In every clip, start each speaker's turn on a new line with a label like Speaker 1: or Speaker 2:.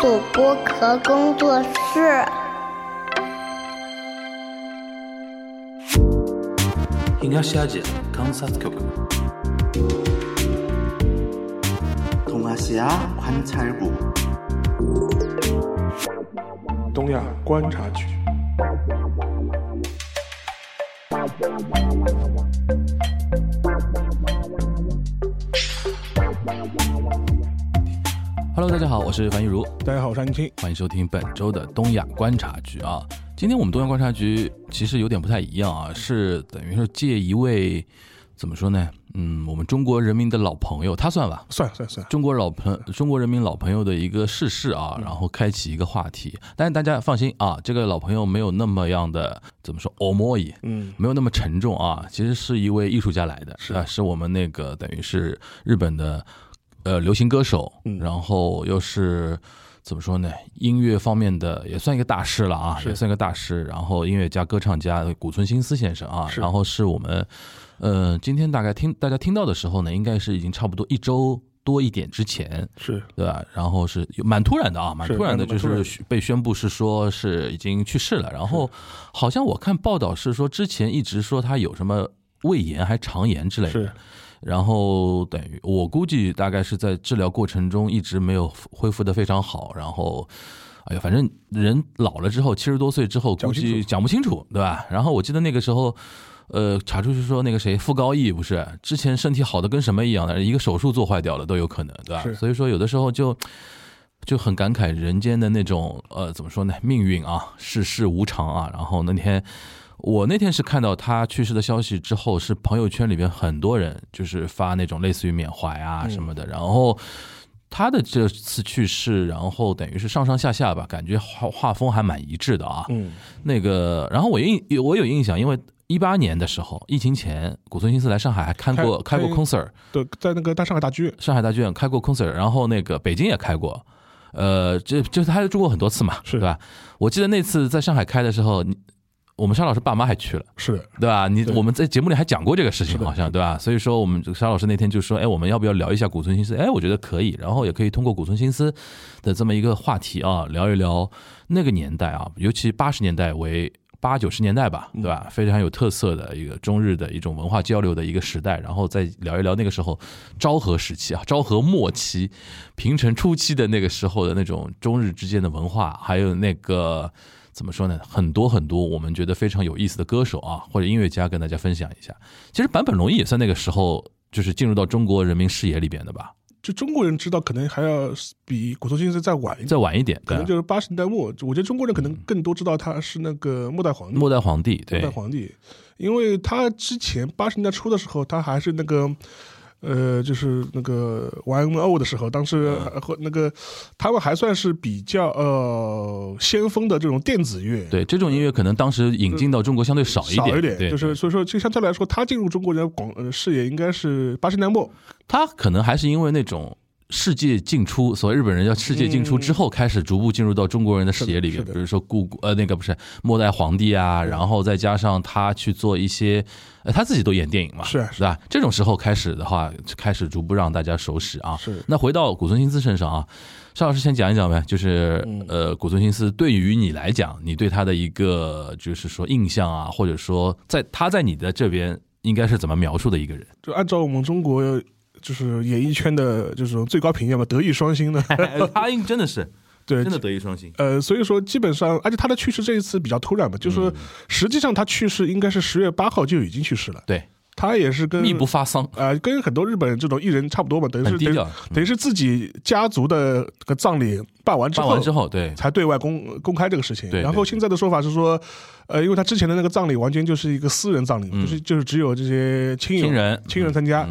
Speaker 1: 鼠剥壳工作室。
Speaker 2: 東アジア観察局
Speaker 3: 동아시아관찰국
Speaker 4: 东亚观察局。
Speaker 5: Hello，大家好，我是樊玉茹，
Speaker 4: 大家好，我是安青。
Speaker 5: 欢迎收听本周的东亚观察局啊。今天我们东亚观察局其实有点不太一样啊，是等于是借一位怎么说呢？嗯，我们中国人民的老朋友，他算吧，
Speaker 4: 算了算了算了，
Speaker 5: 中国老朋中国人民老朋友的一个逝世啊，
Speaker 4: 嗯
Speaker 5: 然后开启一个话题。但是大家放心啊，这个老朋友没有那么样的怎么说 o m い，
Speaker 4: 嗯，
Speaker 5: 没有那么沉重啊。其实是一位艺术家来的，
Speaker 4: 是
Speaker 5: 啊，是我们那个等于是日本的呃流行歌手，
Speaker 4: 嗯
Speaker 5: 然后又是。怎么说呢？音乐方面的也算一个大师了啊，
Speaker 4: 是
Speaker 5: 也算一个大师。然后音乐家、歌唱家古村新司先生啊，
Speaker 4: 是
Speaker 5: 然后是我们呃，今天大概听大家听到的时候呢，应该是已经差不多一周多一点之前，
Speaker 4: 是
Speaker 5: 对吧？然后是蛮突然的啊，蛮
Speaker 4: 是
Speaker 5: 突然的，
Speaker 4: 蛮
Speaker 5: 就
Speaker 4: 突然的
Speaker 5: 是被宣布是说是已经去世了。然后好像我看报道是说之前一直说他有什么胃炎还肠炎之类
Speaker 4: 是
Speaker 5: 的，然后等于我估计大概是在治疗过程中一直没有恢复的非常好，然后。哎呀，反正人老了之后，七十多岁之后，
Speaker 4: 讲
Speaker 5: 估
Speaker 4: 不清楚
Speaker 5: 计讲不清楚，对吧？然后我记得那个时候，呃，查出去说那个谁傅高义不是之前身体好的跟什么一样的，一个手术做坏掉了都有可能，对吧
Speaker 4: 是？
Speaker 5: 所以说有的时候就就很感慨人间的那种呃怎么说呢命运啊世事无常啊。然后那天我那天是看到他去世的消息之后，是朋友圈里边很多人就是发那种类似于缅怀
Speaker 4: 嗯
Speaker 5: 啊什么的，然后。他的这次去世，然后等于是上上下下吧，感觉画画风还蛮一致的啊。
Speaker 4: 嗯，
Speaker 5: 那个，然后我印我有印象，因为一八年的时候，疫情前，古村新司来上海还看过
Speaker 4: 开
Speaker 5: 开过
Speaker 4: 开
Speaker 5: concert，
Speaker 4: 对，在那个大上海大剧院，
Speaker 5: 上海大剧院开过 concert，然后那个北京也开过，呃，这就是他住过很多次嘛，
Speaker 4: 是
Speaker 5: 对吧？我记得那次在上海开的时候，你我们沙老师爸妈还去了。
Speaker 4: 是的，
Speaker 5: 对吧？你
Speaker 4: 对
Speaker 5: 我们在节目里还讲过这个事情
Speaker 4: 是，的
Speaker 5: 好像对吧？所以说，我们这个沙老师那天就说，哎，我们要不要聊一下古村新司？哎，我觉得可以，然后也可以通过古村新司的这么一个话题啊，聊一聊那个年代啊，尤其八十年代为八九十年代吧，
Speaker 4: 嗯
Speaker 5: 对吧？非常有特色的一个中日的一种文化交流的一个时代，然后再聊一聊那个时候昭和时期啊，昭和末期、平成初期的那个时候的那种中日之间的文化，还有那个。怎么说呢？很多很多我们觉得非常有意思的歌手啊，或者音乐家跟大家分享一下。其实坂本龙一也算那个时候就是进入到中国人民视野里边的吧，
Speaker 4: 就中国人知道可能还要比古村新司再晚一点，
Speaker 5: 再晚一点，
Speaker 4: 可能
Speaker 5: 对
Speaker 4: 就是八十年代末。我觉得中国人可能更多知道他是那个末代皇帝，
Speaker 5: 末代皇帝，
Speaker 4: 末代
Speaker 5: 对，
Speaker 4: 皇帝，因为他之前八十年代初的时候，他还是那个。呃，就是那个 YMO 的时候，当时还和那个他们还算是比较呃先锋的这种电子乐，
Speaker 5: 对，这种音乐可能当时引进到中国相对少一点，
Speaker 4: 嗯少一
Speaker 5: 对，
Speaker 4: 就是所以说，就相对来说，他进入中国人广呃视野应该是八十年代末，
Speaker 5: 他可能还是因为那种。世界进出，所谓日本人叫世界进出之后，开始逐步进入到中国人的视野里
Speaker 4: 是
Speaker 5: 边。
Speaker 4: 的嗯
Speaker 5: 比如说故呃那个不是末代皇帝啊，然后再加上他去做一些，呃他自己都演电影嘛，
Speaker 4: 是啊
Speaker 5: 是吧？这种时候开始的话，开始逐步让大家熟识啊。
Speaker 4: 是
Speaker 5: 那回到古村新司身上啊，邵老师先讲一讲呗，就是
Speaker 4: 嗯
Speaker 5: 呃，古村新司对于你来讲，你对他的一个就是说印象啊，或者说在他在你的这边应该是怎么描述的一 个人？
Speaker 4: 就按照我们中国就是演艺圈的就是最高评价嘛，德艺双 馨的，
Speaker 5: 他应真的是
Speaker 4: 对，
Speaker 5: 德艺双馨，
Speaker 4: 呃，所以说基本上，而且他的去世这一次比较突然嘛，就是
Speaker 5: 嗯
Speaker 4: 说实际上他去世应该是十月八号就已经去世了，
Speaker 5: 对，
Speaker 4: 他也是跟
Speaker 5: 密不发丧，
Speaker 4: 啊、跟很多日本这种艺人差不多嘛，等呃于是
Speaker 5: 很低
Speaker 4: 等于
Speaker 5: 调。嗯
Speaker 4: 等于是自己家族的这个葬礼办完之
Speaker 5: 办
Speaker 4: 后
Speaker 5: 完。之后，对
Speaker 4: 才对外公公开这个事情。
Speaker 5: 对
Speaker 4: 然后
Speaker 5: 对
Speaker 4: 现在的说法是说，呃，因为他之前的那个葬礼完全就是一个私人葬礼，就是就是只有这些亲友
Speaker 5: 嗯亲人嗯
Speaker 4: 亲人参加。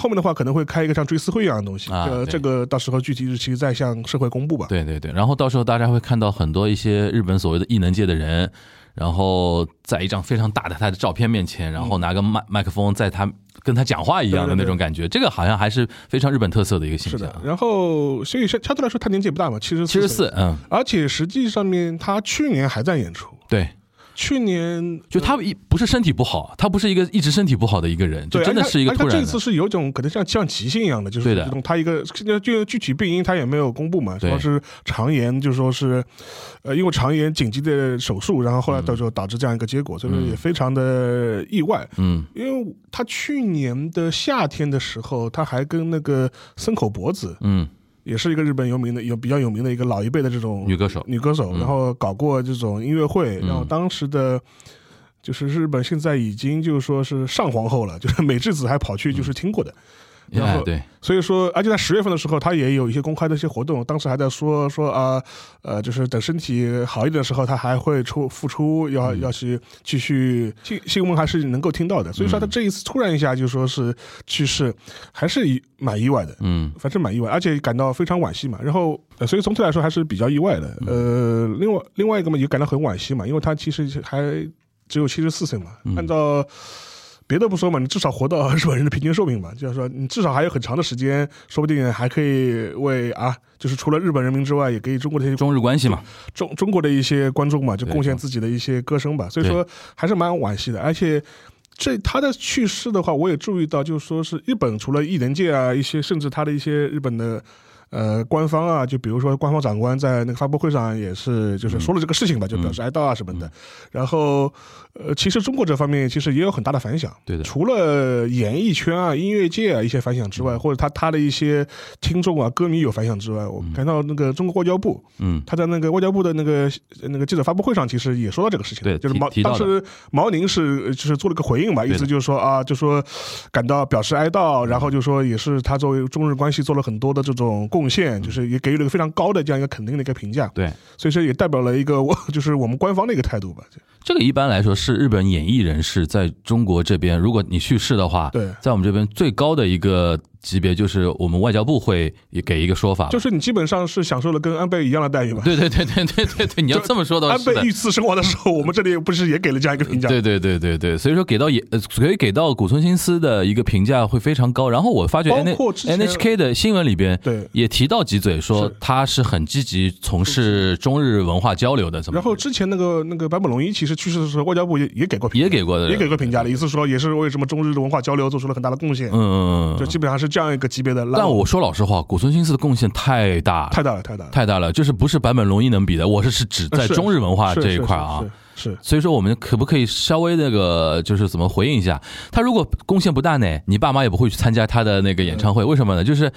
Speaker 4: 后面的话可能会开一个像追思会一样的东西，
Speaker 5: 啊
Speaker 4: 呃，
Speaker 5: 对
Speaker 4: 这个到时候具体日期再向社会公布吧。
Speaker 5: 对对对，然后到时候大家会看到很多一些日本所谓的异能界的人，然后在一张非常大的他的照片面
Speaker 4: 嗯
Speaker 5: 前，然后拿个麦麦克风在他跟他讲话一样的那种感觉，这个好像还是非常日本特色的一个
Speaker 4: 是
Speaker 5: 形象
Speaker 4: 的。。然后所以相相对来说他年纪也不大嘛，七十
Speaker 5: 七十四，嗯，
Speaker 4: 而且实际上面他去年还在演出。
Speaker 5: 对，
Speaker 4: 去年
Speaker 5: 就他一不是身体不好，他不是一个一直身体不好的一个人，就
Speaker 4: 对，
Speaker 5: 真的
Speaker 4: 而且
Speaker 5: 是一个
Speaker 4: 而且
Speaker 5: 突然
Speaker 4: 这次
Speaker 5: 的。
Speaker 4: 是有一种可能像像急性一样的，就是
Speaker 5: 对的
Speaker 4: 这种他一个就就具体病因他也没有公布嘛，
Speaker 5: 对
Speaker 4: 说是肠炎，就说是呃因为肠炎紧急的手术，然后
Speaker 5: 嗯
Speaker 4: 后来到时候导致这样一个结果，所以说也非常的意外。
Speaker 5: 嗯，
Speaker 4: 因为他去年的夏天的时候，他还跟那个森口博子，
Speaker 5: 嗯，
Speaker 4: 也是一个日本有名的有比较有名的一个老一辈的这种
Speaker 5: 女歌手，
Speaker 4: 女歌手，然后搞过这种音乐会，
Speaker 5: 哦嗯
Speaker 4: 然后当时的。就是日本现在已经就是说是上皇后了， 就是美智子还跑去就是听过的，然
Speaker 5: 哎
Speaker 4: 后
Speaker 5: 对，
Speaker 4: 所以说，而且在十月份的时候，她也有一些公开的一些活动，当时还在说说啊，呃，就是等身体好一点的时候，她还会出复出，要要去继续新新闻还是能够听到的。所以说，她这一次突然一下就说是去世，还是以蛮意外的。
Speaker 5: 嗯
Speaker 4: 反正蛮意外，而且感到非常惋惜嘛。然后，呃、所以总体来说还是比较意外的。呃，另外另外一个嘛，也感到很惋惜嘛，因为他其实还只有七十四岁嘛。按照别的不说嘛，你至少活到日本人的平均寿命嘛，就是说你至少还有很长的时间，说不定还可以为啊，就是除了日本人民之外，也给中国的一些
Speaker 5: 中日关系嘛，
Speaker 4: 中中国的一些观众嘛，就
Speaker 5: 对
Speaker 4: 贡献自己的一些歌声吧，所以说还是蛮惋惜的。而且这他的去世的话，我也注意到，就是说是日本除了艺人界啊，一些甚至他的一些日本的。呃，官方啊，就比如说官方长官在那个发布会上也是，就是说了这个事情吧，
Speaker 5: 嗯
Speaker 4: 就表示哀悼啊什么的。然后，呃，其实中国这方面其实也有很大的反响，
Speaker 5: 对的
Speaker 4: 除了演艺圈啊、音乐界啊一些反响之外，
Speaker 5: 嗯
Speaker 4: 或者他他的一些听众啊、歌迷有反响之外，我看到那个中国外交部，
Speaker 5: 嗯
Speaker 4: 他在那个外交部的那个那个记者发布会上，其实也说到这个事情，
Speaker 5: 对
Speaker 4: 就是
Speaker 5: 提
Speaker 4: 毛
Speaker 5: 提
Speaker 4: 当
Speaker 5: 到的
Speaker 4: 时毛宁是呃就是做了个回应嘛，
Speaker 5: 的
Speaker 4: 意思就是说啊，就说感到表示哀悼，然后就说也是他作为中日关系做了很多的这种贡献，就是也给予了一个非常高的这样一个肯定的一个评价，
Speaker 5: 对。
Speaker 4: 所以说也代表了一个我 就是我们官方的一个态度吧，
Speaker 5: 这个一般来说是日本演艺人士在中国这边，如果你去世的话，
Speaker 4: 对
Speaker 5: 在我们这边最高的一个级别就是我们外交部会也给一个说法，
Speaker 4: 就是你基本上是享受了跟安倍一样的待遇嘛。
Speaker 5: 对对对对对对对，你要这么说倒
Speaker 4: 安
Speaker 5: 是
Speaker 4: 倍
Speaker 5: 的
Speaker 4: 遇。刺身亡的时候，我们这里不是也给了这样一个评价？
Speaker 5: 对对对对对，所以说给到也，呃所以给到古村新司的一个评价会非常高。然后我发觉
Speaker 4: 包
Speaker 5: N
Speaker 4: 括之前
Speaker 5: N H K 的新闻里边，
Speaker 4: 对
Speaker 5: 也提到几嘴说
Speaker 4: 是
Speaker 5: 他是很积极从事中日文化交流的，怎么
Speaker 4: 然后之前那个那个坂本龙一其实去世的时候，外交部也也给过评价
Speaker 5: 也给过的，
Speaker 4: 也给过评价了，意思说也是为什么中日的文化交流做出了很大的贡献，
Speaker 5: 嗯嗯嗯
Speaker 4: 就
Speaker 5: 嗯。
Speaker 4: 基本上是这样一个级别的。
Speaker 5: 但我说老实话，古村新司的贡献太大了，
Speaker 4: 太大了，太大了，
Speaker 5: 太大了，就是不是版本龙一能比的。我是是指在
Speaker 4: 呃是
Speaker 5: 中日文化
Speaker 4: 是
Speaker 5: 这一块啊。，
Speaker 4: 是是是
Speaker 5: 所以说，我们可不可以稍微那个，就是怎么回应一下？他如果贡献不大呢，你爸妈也不会去参加他的那个演唱会，
Speaker 4: 嗯
Speaker 5: 为什么呢？就是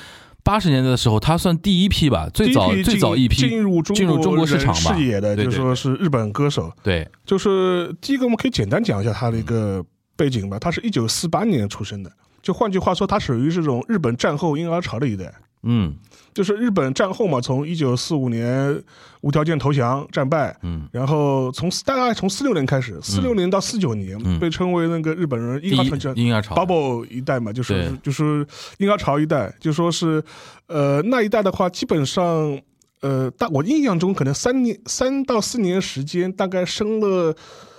Speaker 5: 八十年代的时候，他算第一批吧，最早
Speaker 4: 第一批
Speaker 5: 最早一批
Speaker 4: 进入中
Speaker 5: 进入中国市场
Speaker 4: 人
Speaker 5: 吧
Speaker 4: 视野的，
Speaker 5: 对
Speaker 4: 就
Speaker 5: 对
Speaker 4: 是说是日本歌手。
Speaker 5: 对，
Speaker 4: 就是第一个，我们可以简单讲一下他的一
Speaker 5: 嗯
Speaker 4: 个背景吧。他是一九四八年出生的，就换句话说，他属于这种日本战后婴儿潮的一代。
Speaker 5: 嗯
Speaker 4: 就是日本战后嘛，从一九四五年无条件投降战败，
Speaker 5: 嗯，
Speaker 4: 然后从大概从四六年开始，四六年到四九年、
Speaker 5: 嗯
Speaker 4: 被称为那个日本人
Speaker 5: 第
Speaker 4: 婴儿
Speaker 5: 一
Speaker 4: 团战
Speaker 5: 婴儿潮
Speaker 4: bubble 一代嘛，就是
Speaker 5: 对
Speaker 4: 就是婴儿潮一代，就说是呃那一代的话，基本上呃大我印象中可能三年三到四年时间，大概生了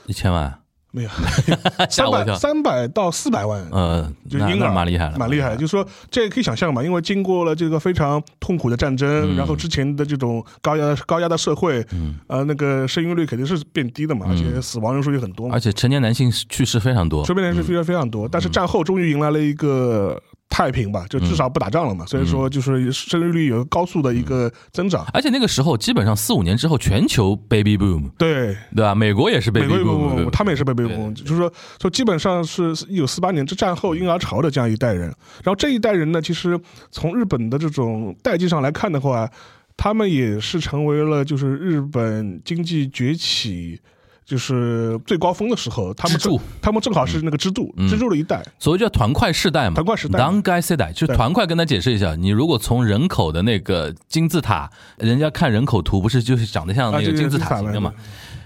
Speaker 5: 一千万，
Speaker 4: 没有
Speaker 5: 吓
Speaker 4: 三
Speaker 5: 我一
Speaker 4: 百
Speaker 5: 跳。
Speaker 4: 三百到四百万。
Speaker 5: 嗯，
Speaker 4: 就
Speaker 5: 那
Speaker 4: 婴
Speaker 5: 那
Speaker 4: 儿
Speaker 5: 蛮厉害了，嗯
Speaker 4: 蛮厉害的，就是说这也可以想象嘛，因为经过了这个非常痛苦的战争，
Speaker 5: 嗯
Speaker 4: 然后之前的这种高压高压的社会，
Speaker 5: 嗯，
Speaker 4: 呃，那个生育率肯定是变低的嘛，而且死亡人数也很多嘛
Speaker 5: 而，且成年男性去世非常多
Speaker 4: 周，边人是非常非常多，但是战后终于迎来了一个太平
Speaker 5: 嗯
Speaker 4: 吧，就至少不打仗了嘛，所以说就是生育率有个高速的一个增长。
Speaker 5: 而且那个时候基本上四五年之后，全球 baby boom，
Speaker 4: 对，
Speaker 5: 对吧？美国也是
Speaker 4: 美国
Speaker 5: baby
Speaker 4: 也
Speaker 5: boom，对吧
Speaker 4: 他们也是被被攻，就是说，说基本上是一九四八年这战后婴儿潮的这样一代人。然后这一代人呢，其实从日本的这种代际上来看的话，他们也是成为了就是日本经济崛起。就是最高峰的时候，他们
Speaker 5: 支柱嗯
Speaker 4: 正他们正好是那个支柱，支柱的一代，
Speaker 5: 所谓叫团块世代嘛，
Speaker 4: 团块世代
Speaker 5: 当该世代就是
Speaker 4: 对
Speaker 5: 团块。跟他解释一下，你如果从人口的那个金字塔，人家看人口图不是就是长得像那
Speaker 4: 啊
Speaker 5: 个
Speaker 4: 就是
Speaker 5: 金字塔型的嘛？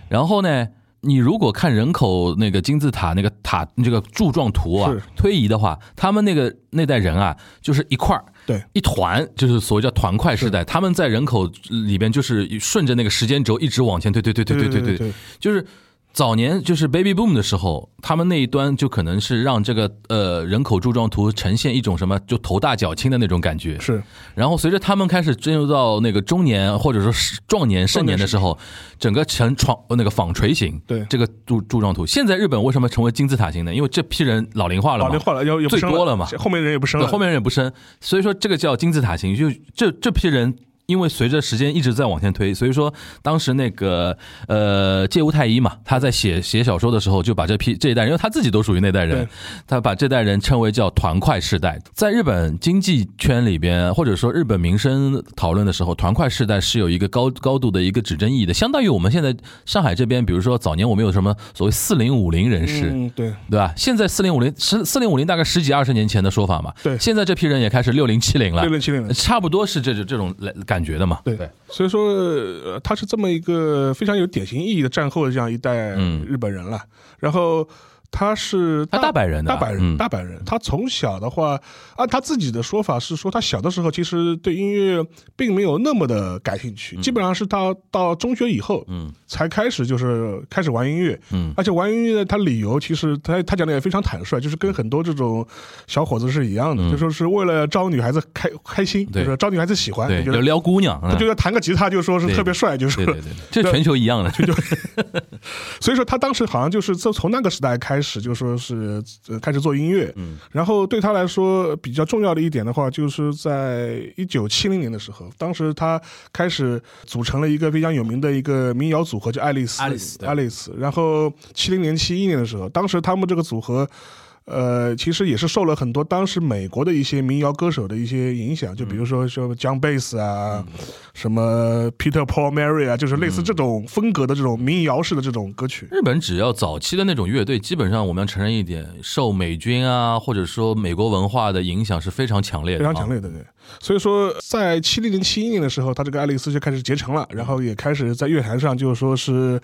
Speaker 5: 然后呢，你如果看人口那个金字塔那个塔这个柱状图啊
Speaker 4: 是，
Speaker 5: 推移的话，他们那个那代人啊，就是一块儿。
Speaker 4: 对
Speaker 5: 一团就是所谓叫团块世代，他们在人口里边就是顺着那个时间轴一直往前推，推推推推
Speaker 4: 对
Speaker 5: 推
Speaker 4: 对
Speaker 5: 推，就是早年就是 baby boom 的时候，他们那一端就可能是让这个呃人口柱状图呈现一种什么就头大脚轻的那种感觉。
Speaker 4: 是
Speaker 5: 然后随着他们开始进入到那个中年或者说是壮年、盛年的时候，整个呈床那个纺锤形，
Speaker 4: 对
Speaker 5: 这个柱柱状图。现在日本为什么成为金字塔型呢？因为这批人啊老龄化了嘛，
Speaker 4: 老龄化了，要也不
Speaker 5: 最
Speaker 4: 生
Speaker 5: 多了嘛，
Speaker 4: 后面人也不生
Speaker 5: 对，
Speaker 4: 了，
Speaker 5: 后面人也不生，所以说这个叫金字塔型，就这这批人。因为随着时间一直在往前推，所以说当时那个呃芥屋太一嘛，他在写写小说的时候，就把这批这一代人，因为他自己都属于那代人
Speaker 4: 对，
Speaker 5: 他把这代人称为叫团块世代。在日本经济圈里边，或者说日本民生讨论的时候，团块世代是有一个高高度的一个指针意义的，相当于我们现在上海这边，比如说早年我们有什么所谓四零五零人士，
Speaker 4: 嗯对，
Speaker 5: 对吧？现在四零五零十四零五零大概十几二十年前的说法嘛，
Speaker 4: 对
Speaker 5: 现在这批人也开始六零七零了
Speaker 4: 六，零七零人。
Speaker 5: 差不多是这种这种来感觉的嘛。
Speaker 4: 对，所以说、呃、他是这么一个非常有典型意义的战后的这样一代
Speaker 5: 嗯
Speaker 4: 日本人了。然后他是
Speaker 5: 他大阪人的
Speaker 4: 大
Speaker 5: 啊
Speaker 4: 阪人，
Speaker 5: 嗯
Speaker 4: 大阪人。他从小的话，按他自己的说法是说，他小的时候其实对音乐并没有那么的感兴趣，基本上是他到中学以后，
Speaker 5: 嗯
Speaker 4: 才开始就是开始玩音乐。
Speaker 5: 嗯
Speaker 4: 而且玩音乐，他理由其实他他讲的也非常坦率，就是跟很多这种小伙子是一样的，就说是为了招女孩子开开心，就
Speaker 5: 嗯对
Speaker 4: 是招女孩子喜欢，
Speaker 5: 对，
Speaker 4: 就
Speaker 5: 就
Speaker 4: 哎觉得
Speaker 5: 撩姑娘，
Speaker 4: 他
Speaker 5: 嗯
Speaker 4: 就要弹个吉他，就说是
Speaker 5: 对
Speaker 4: 特别帅，就说
Speaker 5: 对对对，这全球一样的，
Speaker 4: 所以说他当时好像就是从从那个时代开始，就说是呃开始做音乐。嗯，然后对他来说比较重要的一点的话，就是在一九七零年的时候，当时他开始组成了一个非常有名的一个民谣组合，叫爱丽丝。
Speaker 5: 爱丽丝对
Speaker 4: 爱丽丝。然后七零年、七一年的时候，当时他们这个组合。呃，其实也是受了很多当时美国的一些民谣歌手的一些影响，就比如说什么 John Bass 啊，什么 Peter Paul Mary 啊，就是类似这种风格的这种民谣式的这种歌曲。
Speaker 5: 日本只要早期的那种乐队，基本上我们要承认一点，受美军啊或者说美国文化的影响是非常强烈的，
Speaker 4: 非常强。烈的对。所以说，在七零年、七一年的时候，他这个爱丽丝就开始结成了，然后也开始在乐坛上就说是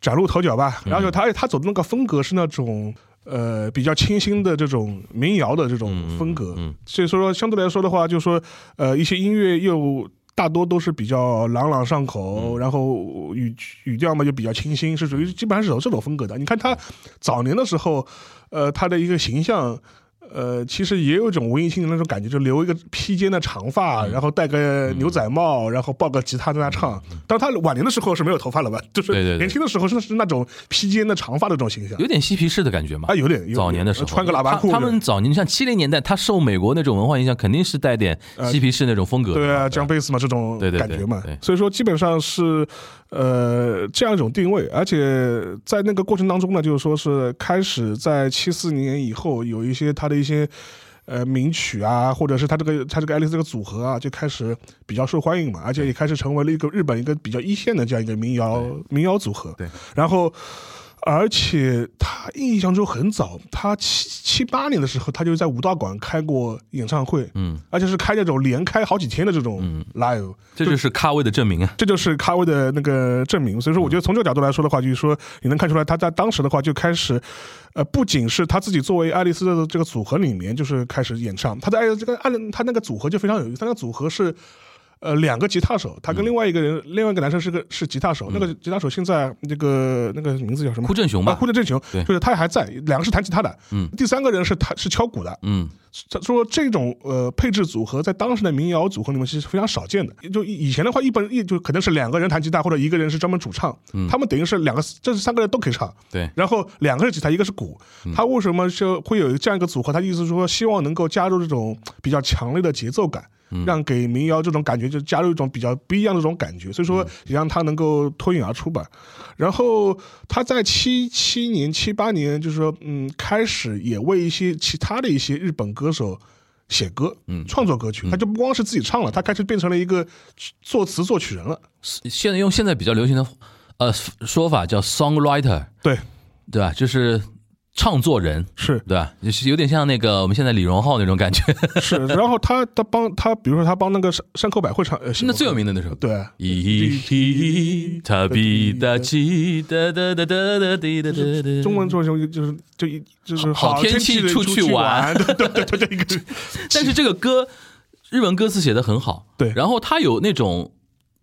Speaker 4: 崭露头角吧。然后他他走的那个风格是那种。呃，比较清新的这种民谣的这种风格，所以说相对来说的话，就说呃一些音乐又大多都是比较朗朗上口，然后语语调嘛就比较清新，是属于基本上是走这种风格的。你看他早年的时候，呃，他的一个形象。呃，其实也有一种文艺青年那种感觉，就留一个披肩的长发，
Speaker 5: 嗯
Speaker 4: 然后戴个牛仔帽，然后抱个吉他在那唱。但是他晚年的时候是没有头发了吧？就是
Speaker 5: 嗯对对对
Speaker 4: 年轻的时候是是那种披肩的长发的这种形象
Speaker 5: 有点嬉皮士的感觉嘛
Speaker 4: 啊，，有点有
Speaker 5: 早年的时候
Speaker 4: 穿个喇叭裤
Speaker 5: 他他
Speaker 4: 就是
Speaker 5: 们早年像七零年代，他受美国那种文化影响，肯定是带点嬉皮士那种风格的嘛。
Speaker 4: 呃对啊，
Speaker 5: 吧
Speaker 4: 讲贝斯嘛，这种
Speaker 5: 对对
Speaker 4: 感
Speaker 5: 对
Speaker 4: 觉嘛
Speaker 5: 对，
Speaker 4: 所以说基本上是呃这样一种定位，而且在那个过程当中呢，就是说是开始在七四年以后有一些他的一些。呃，名曲啊，或者是他这个他这个爱丽丝这个组合啊，就开始比较受欢迎嘛，而且也开始成为了一个日本一个比较一线的这样一个民谣民谣组合。
Speaker 5: 对，
Speaker 4: 然后而且他印象中很早，他七七八年的时候，他就在武道馆开过演唱会，
Speaker 5: 嗯，
Speaker 4: 而且是开那种连开好几天的这种 live，、
Speaker 5: 这就是咖位的证明啊。
Speaker 4: 这就是咖位的那个证明。所以说，我觉得从这个角度来说的话，就是说你能看出来他在当时的话就开始，呃，不仅是他自己作为爱丽丝的这个组合里面就是开始演唱，他在爱这个爱他那个组合就非常有意思，他那个组合是。呃，两个吉他手，
Speaker 5: 嗯
Speaker 4: 他跟另外一个人，另外一个男生是个是吉他手，那个吉他手现在那个那个名字叫什么？
Speaker 5: 哭正雄
Speaker 4: 啊，
Speaker 5: 吧
Speaker 4: 哭，的正雄
Speaker 5: 对，
Speaker 4: 就是他还在，两个是弹吉他的，嗯，第三个人是弹是敲鼓的，
Speaker 5: 嗯，
Speaker 4: 他说这种呃配置组合在当时的民谣组合里面是非常少见的。就以以前的话，一般一就可能是两个人弹吉他，或者一个人是专门主唱，
Speaker 5: 嗯
Speaker 4: 他们等于是两个这是三个人都可以唱。
Speaker 5: 对，
Speaker 4: 然后两个是吉他，一个是鼓。他为什么就会有这样一个组合？他意思是说，希望能够加入这种比较强烈的节奏感，让给民谣这种感觉就加入一种比较不一样的这种感觉。所以说，也让他能够脱颖而出吧。然后他在七七年、七八年，就是说，嗯，开始也为一些其他的一些日本歌手。写歌，嗯，创作歌曲，他就不光是自己唱了，他开始变成了一个作词作曲人了。
Speaker 5: 现在用现在比较流行的呃说法叫 songwriter，
Speaker 4: 对，
Speaker 5: 对吧？就是唱作人，
Speaker 4: 是
Speaker 5: 对吧？就是有点像那个我们现在李荣浩那 种感觉。
Speaker 4: 是，然后他他帮他，比如说他帮那个山山口百惠唱，呃，写
Speaker 5: 那
Speaker 4: 过
Speaker 5: 最有
Speaker 4: 歌
Speaker 5: 名的那首。
Speaker 4: 对，
Speaker 5: 咦，塔比达奇哒哒哒哒哒滴哒哒哒。
Speaker 4: 中文说什么就是就一就是
Speaker 5: 好
Speaker 4: 好
Speaker 5: 天
Speaker 4: 天
Speaker 5: 气
Speaker 4: 的
Speaker 5: 出
Speaker 4: 出
Speaker 5: 去
Speaker 4: 玩，
Speaker 5: 玩
Speaker 4: 对对对对，这一个
Speaker 5: 但是这个歌日文歌词写的很好，
Speaker 4: 对
Speaker 5: 然后它有那种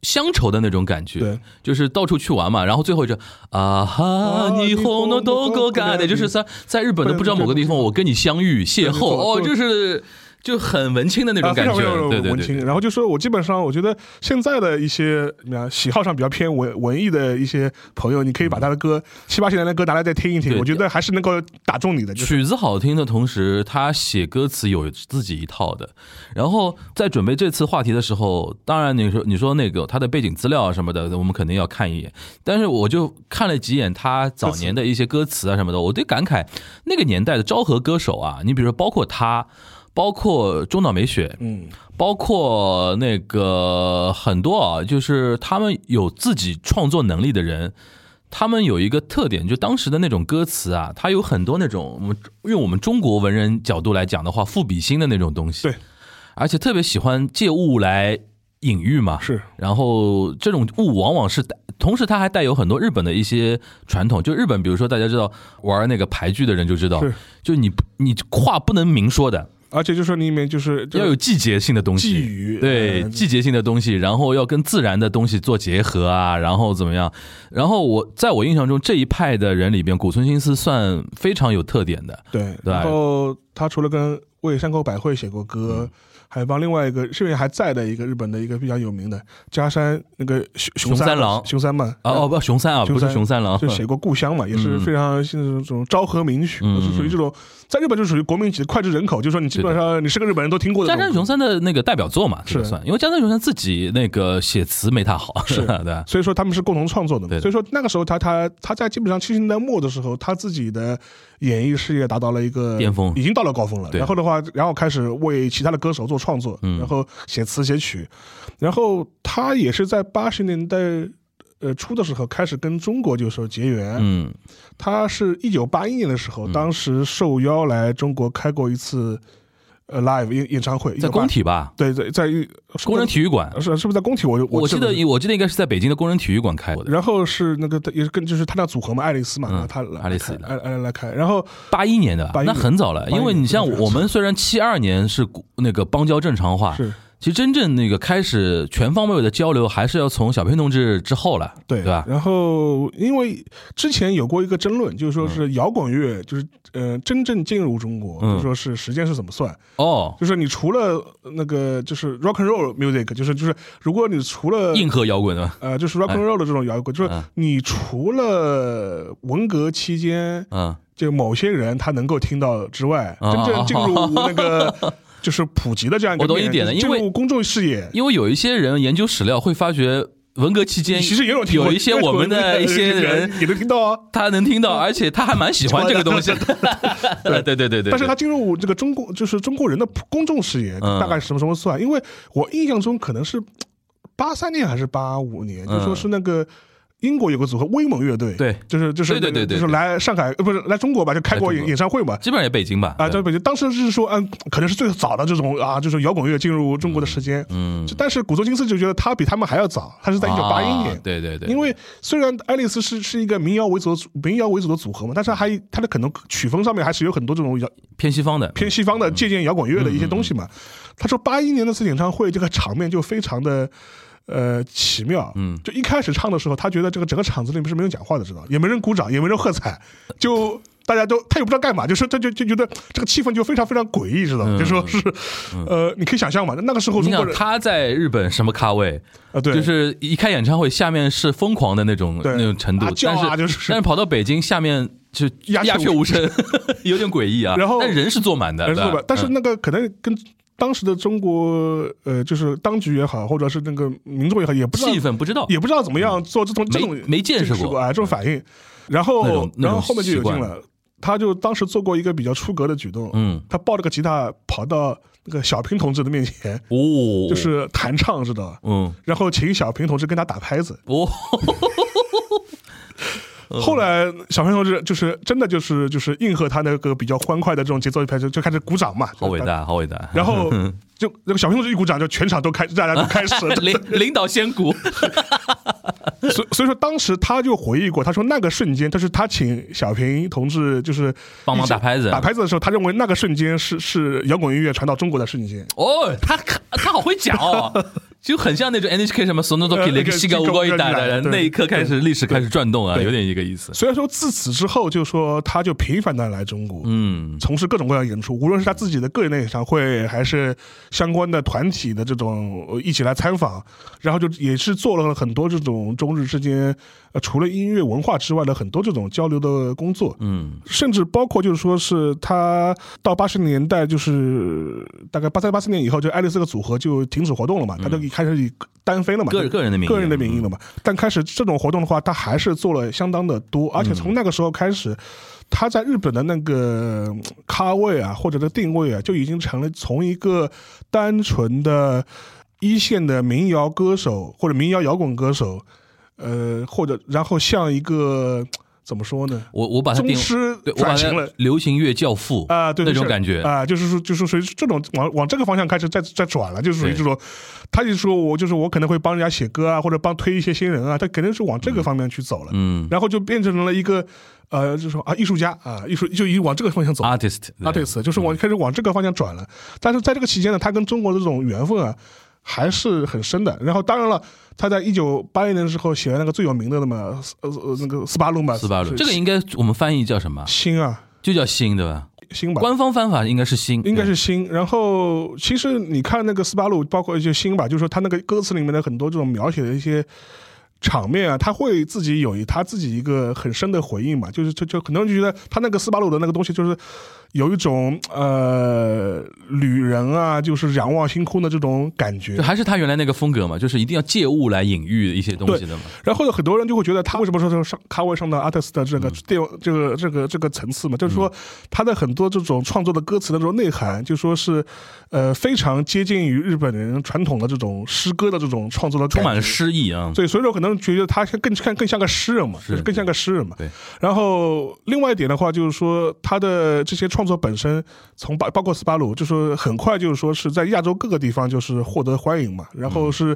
Speaker 5: 乡愁的那种感觉，
Speaker 4: 对，
Speaker 5: 就是到处去玩嘛，然后最后就啊哈，你红诺多够干的，就是在在日本的不知道某个地方，我跟你相遇邂逅，哦，就是就很文青的那种
Speaker 4: 啊，非
Speaker 5: 感觉，
Speaker 4: 常非常
Speaker 5: 对对
Speaker 4: 文
Speaker 5: 对
Speaker 4: 青。然后就说我基本上，我觉得现在的一些啊喜好上比较偏文文艺的一些朋友，你可以把他的歌七八十年代的歌拿来再听一听，
Speaker 5: 嗯对
Speaker 4: 我觉得还是能够打中你的。就是
Speaker 5: 曲子好听的同时，他写歌词有自己一套的。然后在准备这次话题的时候，当然你说你说那个他的背景资料啊什么的，我们肯定要看一眼。但是我就看了几眼他早年的一些歌词啊什么的，我对感慨那个年代的昭和歌手啊，你比如说包括他，包括中岛美雪，
Speaker 4: 嗯，
Speaker 5: 包括那个很多啊，就是他们有自己创作能力的人，他们有一个特点，就当时的那种歌词啊，它有很多那种我们用我们中国文人角度来讲的话，赋比兴的那种东西。
Speaker 4: 对，
Speaker 5: 而且特别喜欢借物来隐喻嘛。
Speaker 4: 是
Speaker 5: 然后这种物往往是带，同时它还带有很多日本的一些传统。就日本，比如说大家知道玩那个牌局的人就知道
Speaker 4: 是，
Speaker 5: 就你你话不能明说的，
Speaker 4: 而且就说里面就是
Speaker 5: 要有季哎节性的东西。
Speaker 4: 寄语，
Speaker 5: 对
Speaker 4: 呃
Speaker 5: 季节性的东西，然后要跟自然的东西做结合啊，然后怎么样？然后我在我印象中这一派的人里边，古村新司算非常有特点的。
Speaker 4: 对，
Speaker 5: 对
Speaker 4: 然后他除了跟为山口百惠写过
Speaker 5: 嗯
Speaker 4: 歌，还帮另外一个现在还在的一个日本的一个比较有名的加山那个熊
Speaker 5: 熊三
Speaker 4: 三
Speaker 5: 郎
Speaker 4: 熊三嘛，
Speaker 5: 啊哦，不，熊三啊，
Speaker 4: 熊
Speaker 5: 不
Speaker 4: 三
Speaker 5: 是熊三郎
Speaker 4: 就，写过《故乡》嘛，也是非常像这种昭和名曲，
Speaker 5: 嗯
Speaker 4: 是属于这种在日本就属于国民级的脍炙人口，就是说你基本上你是个日本人都听过的
Speaker 5: 加
Speaker 4: 这种
Speaker 5: 山
Speaker 4: 歌。
Speaker 5: 雄三的那个代表作嘛，这个
Speaker 4: 是
Speaker 5: 算，因为加山雄三自己那个写词没他好，是 哎对吧？
Speaker 4: 所以说他们是共同创作的
Speaker 5: 对
Speaker 4: 嘛，所
Speaker 5: 的
Speaker 4: 以说那个时候他他他在基本上七十年代末的时候，他自己的演艺事业达到了一个
Speaker 5: 巅峰
Speaker 4: 已经到了高峰了。
Speaker 5: 对
Speaker 4: 然后的话，然后开始为其他的歌手做创作，
Speaker 5: 嗯
Speaker 4: 然后写词写曲，然后他也是在八十年代呃初的时候开始跟中国就是说结缘，
Speaker 5: 嗯，
Speaker 4: 他是一九八一年的时候，当时受邀来中国开过一次呃 live 演演唱会，
Speaker 5: 在
Speaker 4: 1988
Speaker 5: 工体吧，
Speaker 4: 对对，在一
Speaker 5: 工人体育馆，
Speaker 4: 是是不是在工体？我就
Speaker 5: 我
Speaker 4: 记
Speaker 5: 记得我记得应该是在北京的工人体育馆开过的，
Speaker 4: 然后是那个也是跟就是他那组合嘛，爱丽丝嘛，
Speaker 5: 嗯
Speaker 4: 然后他来
Speaker 5: 爱丽丝
Speaker 4: 来来来开，然后
Speaker 5: 八一年的吧，
Speaker 4: 81
Speaker 5: 那很早了，
Speaker 4: 81
Speaker 5: 因为你像
Speaker 4: 年
Speaker 5: 我们虽然七二年是古那个邦交正常化，
Speaker 4: 是
Speaker 5: 其实真正那个开始全方位的交流，还是要从小平同志之后了，
Speaker 4: 对
Speaker 5: 对吧？
Speaker 4: 然后因为之前有过一个争论，就是说是摇滚乐就是呃真正进入中国，
Speaker 5: 嗯
Speaker 4: 就说是时间是怎么算？
Speaker 5: 哦，
Speaker 4: 就是你除了那个就是 rock and roll music，就是就是如果你除了
Speaker 5: 硬核摇滚的，
Speaker 4: 呃，就是 rock and roll 的这种摇滚，就是
Speaker 5: 嗯
Speaker 4: 你除了文革期间，
Speaker 5: 嗯，
Speaker 4: 就某些人他能够听到之外，
Speaker 5: 啊
Speaker 4: 真正进 入那个就是普及的这样一个
Speaker 5: 我懂
Speaker 4: 面
Speaker 5: 一点了
Speaker 4: 就是
Speaker 5: 因为
Speaker 4: 进入公众视野，
Speaker 5: 因为有一些人研究史料会发觉，文革期间
Speaker 4: 其实也有听过
Speaker 5: 有一些我们的一些人，
Speaker 4: 也能听到啊。
Speaker 5: 他能听到，而且他还蛮喜欢这 个东西。 对对对对对，
Speaker 4: 但是他进入这个中国，就是中国人的公众视野，
Speaker 5: 嗯
Speaker 4: 大概是什么什么算？因为我印象中可能是八三年还是八五年，就说是那个英国有个组合威猛乐队，
Speaker 5: 嗯对
Speaker 4: 就是就是
Speaker 5: 对对对对
Speaker 4: 就是来上海呃不是来中国吧，就开过
Speaker 5: 来中
Speaker 4: 演
Speaker 5: 国
Speaker 4: 演唱会嘛。
Speaker 5: 基本上也北京吧。
Speaker 4: 啊，在北京，当时是说，嗯，可能是最早的这种啊，就是摇滚乐进入中国的时间。
Speaker 5: 嗯
Speaker 4: 就，但是古中金斯就觉得他比他们还要早，他是在一九八一年
Speaker 5: 啊。对对对，
Speaker 4: 因为虽然爱丽丝是是一个民谣为主的组民谣为主的组合嘛，但是还它的可能曲风上面还是有很多这种摇
Speaker 5: 偏西方的，
Speaker 4: 偏西方的借鉴摇滚乐的
Speaker 5: 嗯
Speaker 4: 一些东西嘛。他说八一年那次演唱会这个场面就非常的。呃，奇妙，
Speaker 5: 嗯
Speaker 4: 就一开始唱的时候，他觉得这个整个场子里面是没人讲话的，知道，也没人鼓掌，也没人喝彩，就大家都他也不知道干嘛，就是他就就觉得这个气氛就非常非常诡异，知道吗？
Speaker 5: 嗯
Speaker 4: 就说是，呃，你可以想象嘛，那个时候
Speaker 5: 你
Speaker 4: 中国
Speaker 5: 想
Speaker 4: 人啊、
Speaker 5: 他在日本什么咖位？
Speaker 4: 啊对，
Speaker 5: 就是一开演唱会，下面是疯狂的那种
Speaker 4: 对
Speaker 5: 那种程度
Speaker 4: 啊，叫
Speaker 5: 但
Speaker 4: 啊
Speaker 5: 是
Speaker 4: 就是
Speaker 5: 但是跑到北京，下面就
Speaker 4: 鸦雀
Speaker 5: 鸦雀
Speaker 4: 无
Speaker 5: 无声， 有点诡异啊。
Speaker 4: 然后
Speaker 5: 但人是坐满的，
Speaker 4: 人是
Speaker 5: 对
Speaker 4: 吧？但是
Speaker 5: 嗯
Speaker 4: 那个可能跟当时的中国，呃，就是当局也好，或者是那个民众也好，也不知道
Speaker 5: 气氛不知道，
Speaker 4: 也不知道怎么样做这种
Speaker 5: 嗯没
Speaker 4: 这种
Speaker 5: 没见识过嗯
Speaker 4: 啊，这种反应。然
Speaker 5: 那
Speaker 4: 后
Speaker 5: 种那种
Speaker 4: 然后后面就有
Speaker 5: 习惯
Speaker 4: 劲了，他就当时做过一个比较出格的举动，
Speaker 5: 嗯，
Speaker 4: 他抱着个吉他跑到那个小平同志的面前，
Speaker 5: 哦，
Speaker 4: 就是弹唱，知道吧？
Speaker 5: 嗯，
Speaker 4: 然后请小平同志跟他打拍子。
Speaker 5: 哦， 嗯
Speaker 4: 后来小平同志就是真的就是就是应和他那个比较欢快的这种节奏一拍，就就开始鼓掌嘛，
Speaker 5: 好伟大，好伟大。
Speaker 4: 然 后就那个小朋友就一鼓掌，就全场都开，大家都开始。
Speaker 5: 领领导先鼓，
Speaker 4: 所以所以说，当时他就回忆过，他说那个瞬间，就是他请小平同志就是
Speaker 5: 帮忙
Speaker 4: 一起
Speaker 5: 打拍子
Speaker 4: 打拍子的时候，他认为那个瞬间是是摇滚音乐传到中国的瞬间。
Speaker 5: 哦，他他好会讲哦，就很像那种 NHK 什么 Sonodoki
Speaker 4: 呃那个
Speaker 5: Legacy ga u 一打的
Speaker 4: 对
Speaker 5: 那一刻开始历史开始转动啊，
Speaker 4: 对
Speaker 5: 有点一个意思。
Speaker 4: 虽然说自此之后，就说他就频繁的来中国，
Speaker 5: 嗯，
Speaker 4: 从事各种各样的演出，无论是他自己的个人的演唱会，还是相关的团体的这种呃一起来参访，然后就也是做了很多这种中日之间，呃，除了音乐文化之外的很多这种交流的工作，
Speaker 5: 嗯，
Speaker 4: 甚至包括就是说是他到八十年代，就是大概八三八四年以后，就爱丽丝这个组合就停止活动了嘛，他就开始以单飞了嘛，
Speaker 5: 嗯个个人的名义，
Speaker 4: 个人的名义了嘛。但开始这种活动的话，他还是做了相当的
Speaker 5: 嗯
Speaker 4: 多，而且从那个时候开始，他在日本的那个嗯咖位啊，或者的定位啊，就已经成了从一个单纯的一线的民谣歌手或者民谣摇滚歌手，呃，或者然后像一个嗯怎么说呢，
Speaker 5: 我我把它
Speaker 4: 宗
Speaker 5: 定，
Speaker 4: 师
Speaker 5: 对我把
Speaker 4: 转型了
Speaker 5: 它。流行乐教父
Speaker 4: 啊、对
Speaker 5: 那
Speaker 4: 对
Speaker 5: 种
Speaker 4: 是
Speaker 5: 感觉，
Speaker 4: 啊、就是说，就是属于这种往往这个方向开始在在转了，就是属于
Speaker 5: 对
Speaker 4: 这种，他就说我就是我可能会帮人家写歌啊，或者帮推一些新人啊，他肯定是往这个方面去走了，
Speaker 5: 嗯
Speaker 4: 然后就变成了一个呃，就是说啊，艺术家啊，艺术就已经往这个方向走了。
Speaker 5: ，artist
Speaker 4: 啊，对此就是
Speaker 5: 嗯
Speaker 4: 往开始往这个方向转了。但是在这个期间呢，他跟中国的这种缘分啊，还是很深的。然后当然了，他在一九八一年的时候写了那个最有名的那么呃呃那个斯巴鲁嘛，
Speaker 5: 斯巴鲁，
Speaker 4: 是
Speaker 5: 这个应该我们翻译叫什么？
Speaker 4: 新啊
Speaker 5: 就叫新，对吧？
Speaker 4: 新吧，
Speaker 5: 官方翻法应该是新，
Speaker 4: 应该
Speaker 5: 对
Speaker 4: 是新。然后其实你看那个斯巴鲁，包括一些新吧，就是说他那个歌词里面的很多这种描写的一些场面啊，他会自己有一他自己一个很深的回应嘛，就是就就很多人就觉得他那个斯巴鲁的那个东西就是。有一种呃，旅人啊，就是仰望星空的这种感觉
Speaker 5: 就。还是他原来那个风格嘛，就是一定要借物来隐喻一些东西的嘛。
Speaker 4: 然后有很多人就会觉得他为什么说这个上咖位上到 artist 的
Speaker 5: 嗯
Speaker 4: 这个这个这个这个这个层次嘛，就是说他的很多这种创作的歌词的这种内涵，就说是呃非常接近于日本人传统的这种诗歌的这种创作的
Speaker 5: 充满了
Speaker 4: 感觉。
Speaker 5: 诗意啊。
Speaker 4: 所以，所以说可能觉得他更看更像个诗人嘛，
Speaker 5: 是
Speaker 4: 就是更像个诗人嘛。
Speaker 5: 对。
Speaker 4: 然后另外一点的话，就是说他的这些创作本身，从包包括斯巴鲁，就是说很快就是说是在亚洲各个地方就是获得欢迎嘛，然
Speaker 5: 嗯
Speaker 4: 后是、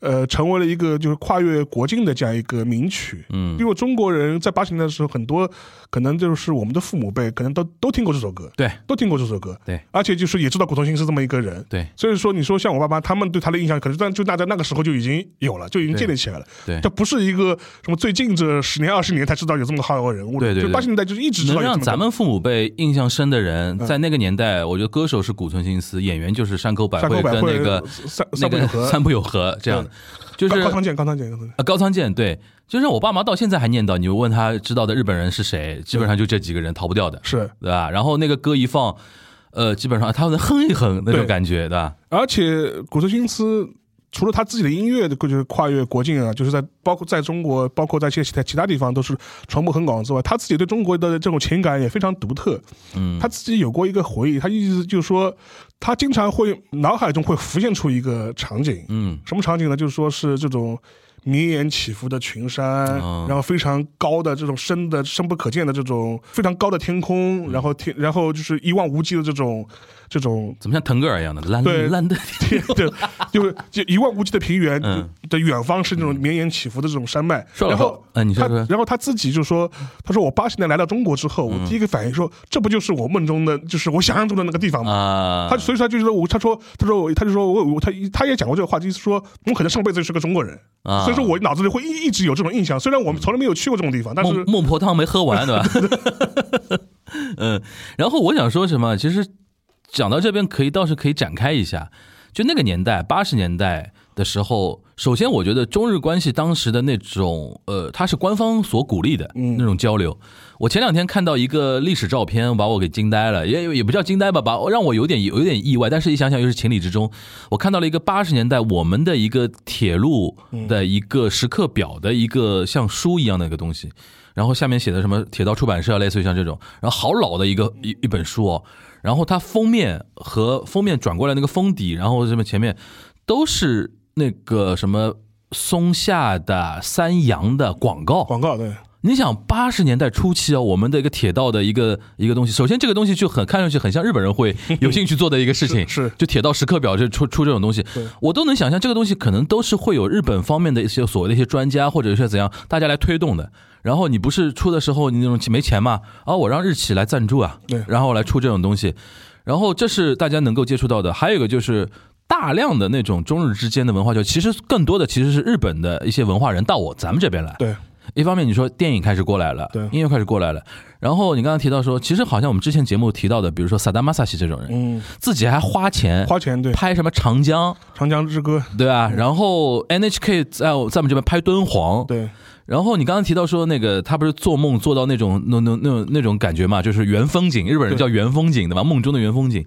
Speaker 4: 呃成为了一个就是跨越国境的这样一个名曲。
Speaker 5: 嗯
Speaker 4: 因为中国人在八十年代的时候，很多可能就是我们的父母辈，可能都都听过这首歌，
Speaker 5: 对
Speaker 4: 都听过这首歌，
Speaker 5: 对，
Speaker 4: 而且就是也知道古潼新是这么一个人，
Speaker 5: 对
Speaker 4: 所以说，你说像我爸妈，他们对他的印象，可能但就那在那个时候就已经有了，就已经建立起来了。
Speaker 5: 对
Speaker 4: 这，不是一个什么最近这十年二十年才知道有这么好的人物的，
Speaker 5: 对对对
Speaker 4: 就八十年代就是嗯一直知道
Speaker 5: 能
Speaker 4: 有这
Speaker 5: 让
Speaker 4: 么
Speaker 5: 咱们父母辈印象深的人，在那个年代，我觉得歌手是古村新司，演员就是山口百
Speaker 4: 山口
Speaker 5: 惠
Speaker 4: 百
Speaker 5: 跟
Speaker 4: 惠
Speaker 5: 那个
Speaker 4: 三
Speaker 5: 那
Speaker 4: 三浦
Speaker 5: 个
Speaker 4: 友和
Speaker 5: 三浦友和这样，就是
Speaker 4: 高高仓健，高仓健，高仓健
Speaker 5: 啊，高仓健对，就是我爸妈到现在还念叨，你问他知道的日本人是谁，基本上就这几个人逃不掉的，
Speaker 4: 是。
Speaker 5: 对吧？然后那个歌一放，呃，基本上他能哼一哼那种
Speaker 4: 对
Speaker 5: 感觉，对吧？
Speaker 4: 而且古村新司除了他自己的音乐，就是跨越国境啊，就是在包括在中国，包括在一些其他其他地方都是传播很广之外，他自己对中国的这种情感也非常独特。
Speaker 5: 嗯，
Speaker 4: 他自己有过一个回忆，他意思就是说，他经常会脑海中会浮现出一个场景，
Speaker 5: 嗯
Speaker 4: 什么场景呢？就是说是这种绵延起伏的群山，
Speaker 5: 嗯
Speaker 4: 然后非常高的这种深的深不可见的这种非常高的天
Speaker 5: 嗯
Speaker 4: 空，然后天，然后就是一望无际的这种这种
Speaker 5: 怎么像腾格尔一样的烂
Speaker 4: 对
Speaker 5: 烂的？
Speaker 4: 天，对，就是就一望无际的平原
Speaker 5: 嗯
Speaker 4: 的远方是那种绵延起伏的这种山脉。
Speaker 5: 说老
Speaker 4: 然
Speaker 5: 实
Speaker 4: 后
Speaker 5: 嗯你说
Speaker 4: 他
Speaker 5: 说，嗯
Speaker 4: 然后他自己就说，他说我八十年来到中国之后，我第一个反应说，这不就是我梦中的，就是我想象中的那个地方吗？
Speaker 5: 啊，
Speaker 4: 他所以说他就说我，他说他说我，他就说我我他他也讲过这个话，就是说我可能上辈子就是个中国人，
Speaker 5: 啊
Speaker 4: 所以说我脑子里会一一直有这种印象。虽然我们从来没有去过这种地方，但是
Speaker 5: 孟孟婆汤没喝完，对吧？ 嗯，然后我想说什么？其实讲到这边，可以倒是可以展开一下。就那个年代，八十年代的时候，首先我觉得中日关系当时的那种，呃，它是官方所鼓励的那种交流。我前两天看到一个历史照片，把我给惊呆了，也也不叫惊呆吧，把让我有点有点意外，但是一想想又是情理之中。我看到了一个八十年代我们的一个铁路的一个时刻表的一个像书一样的一个东西，然后下面写的什么铁道出版社，类似于像这种，然后好老的一个一一本书哦，然后它封面和封面转过来那个封底，然后什么前面都是那个什么松下的、三洋的广告，
Speaker 4: 广告对，
Speaker 5: 你想八十年代初期啊，我们的一个铁道的一个一个东西，首先这个东西就很看上去很像日本人 会有兴趣做的一个事情，
Speaker 4: 是是
Speaker 5: 就铁道时刻表就出出这种东西，我都能想象这个东西可能都是会有日本方面的一些所谓的一些专家或者是怎样大家来推动的。然后你不是出的时候你那种没钱嘛，啊，我让日企来赞助啊，
Speaker 4: 对
Speaker 5: 然后来出这种东西，然后这是大家能够接触到的。还有一个就是大量的那种中日之间的文化交流，其实更多的其实是日本的一些文化人到我咱们这边来。
Speaker 4: 对，
Speaker 5: 一方面你说电影开始过来了，
Speaker 4: 对
Speaker 5: 音乐开始过来了，然后你刚刚提到说，其实好像我们之前节目提到的，比如说萨达马萨西这种人，
Speaker 4: 嗯，
Speaker 5: 自己还花钱
Speaker 4: 花钱对《
Speaker 5: 拍什么长江，
Speaker 4: 长江之歌
Speaker 5: 对吧？然后 NHK 在我在我们这边拍敦煌》，，
Speaker 4: 对，
Speaker 5: 然后你刚刚提到说那个他不是做梦做到那种那那那那种感觉嘛，就是原风景，日本人
Speaker 4: 对
Speaker 5: 叫原风景对吧？梦中的原风景。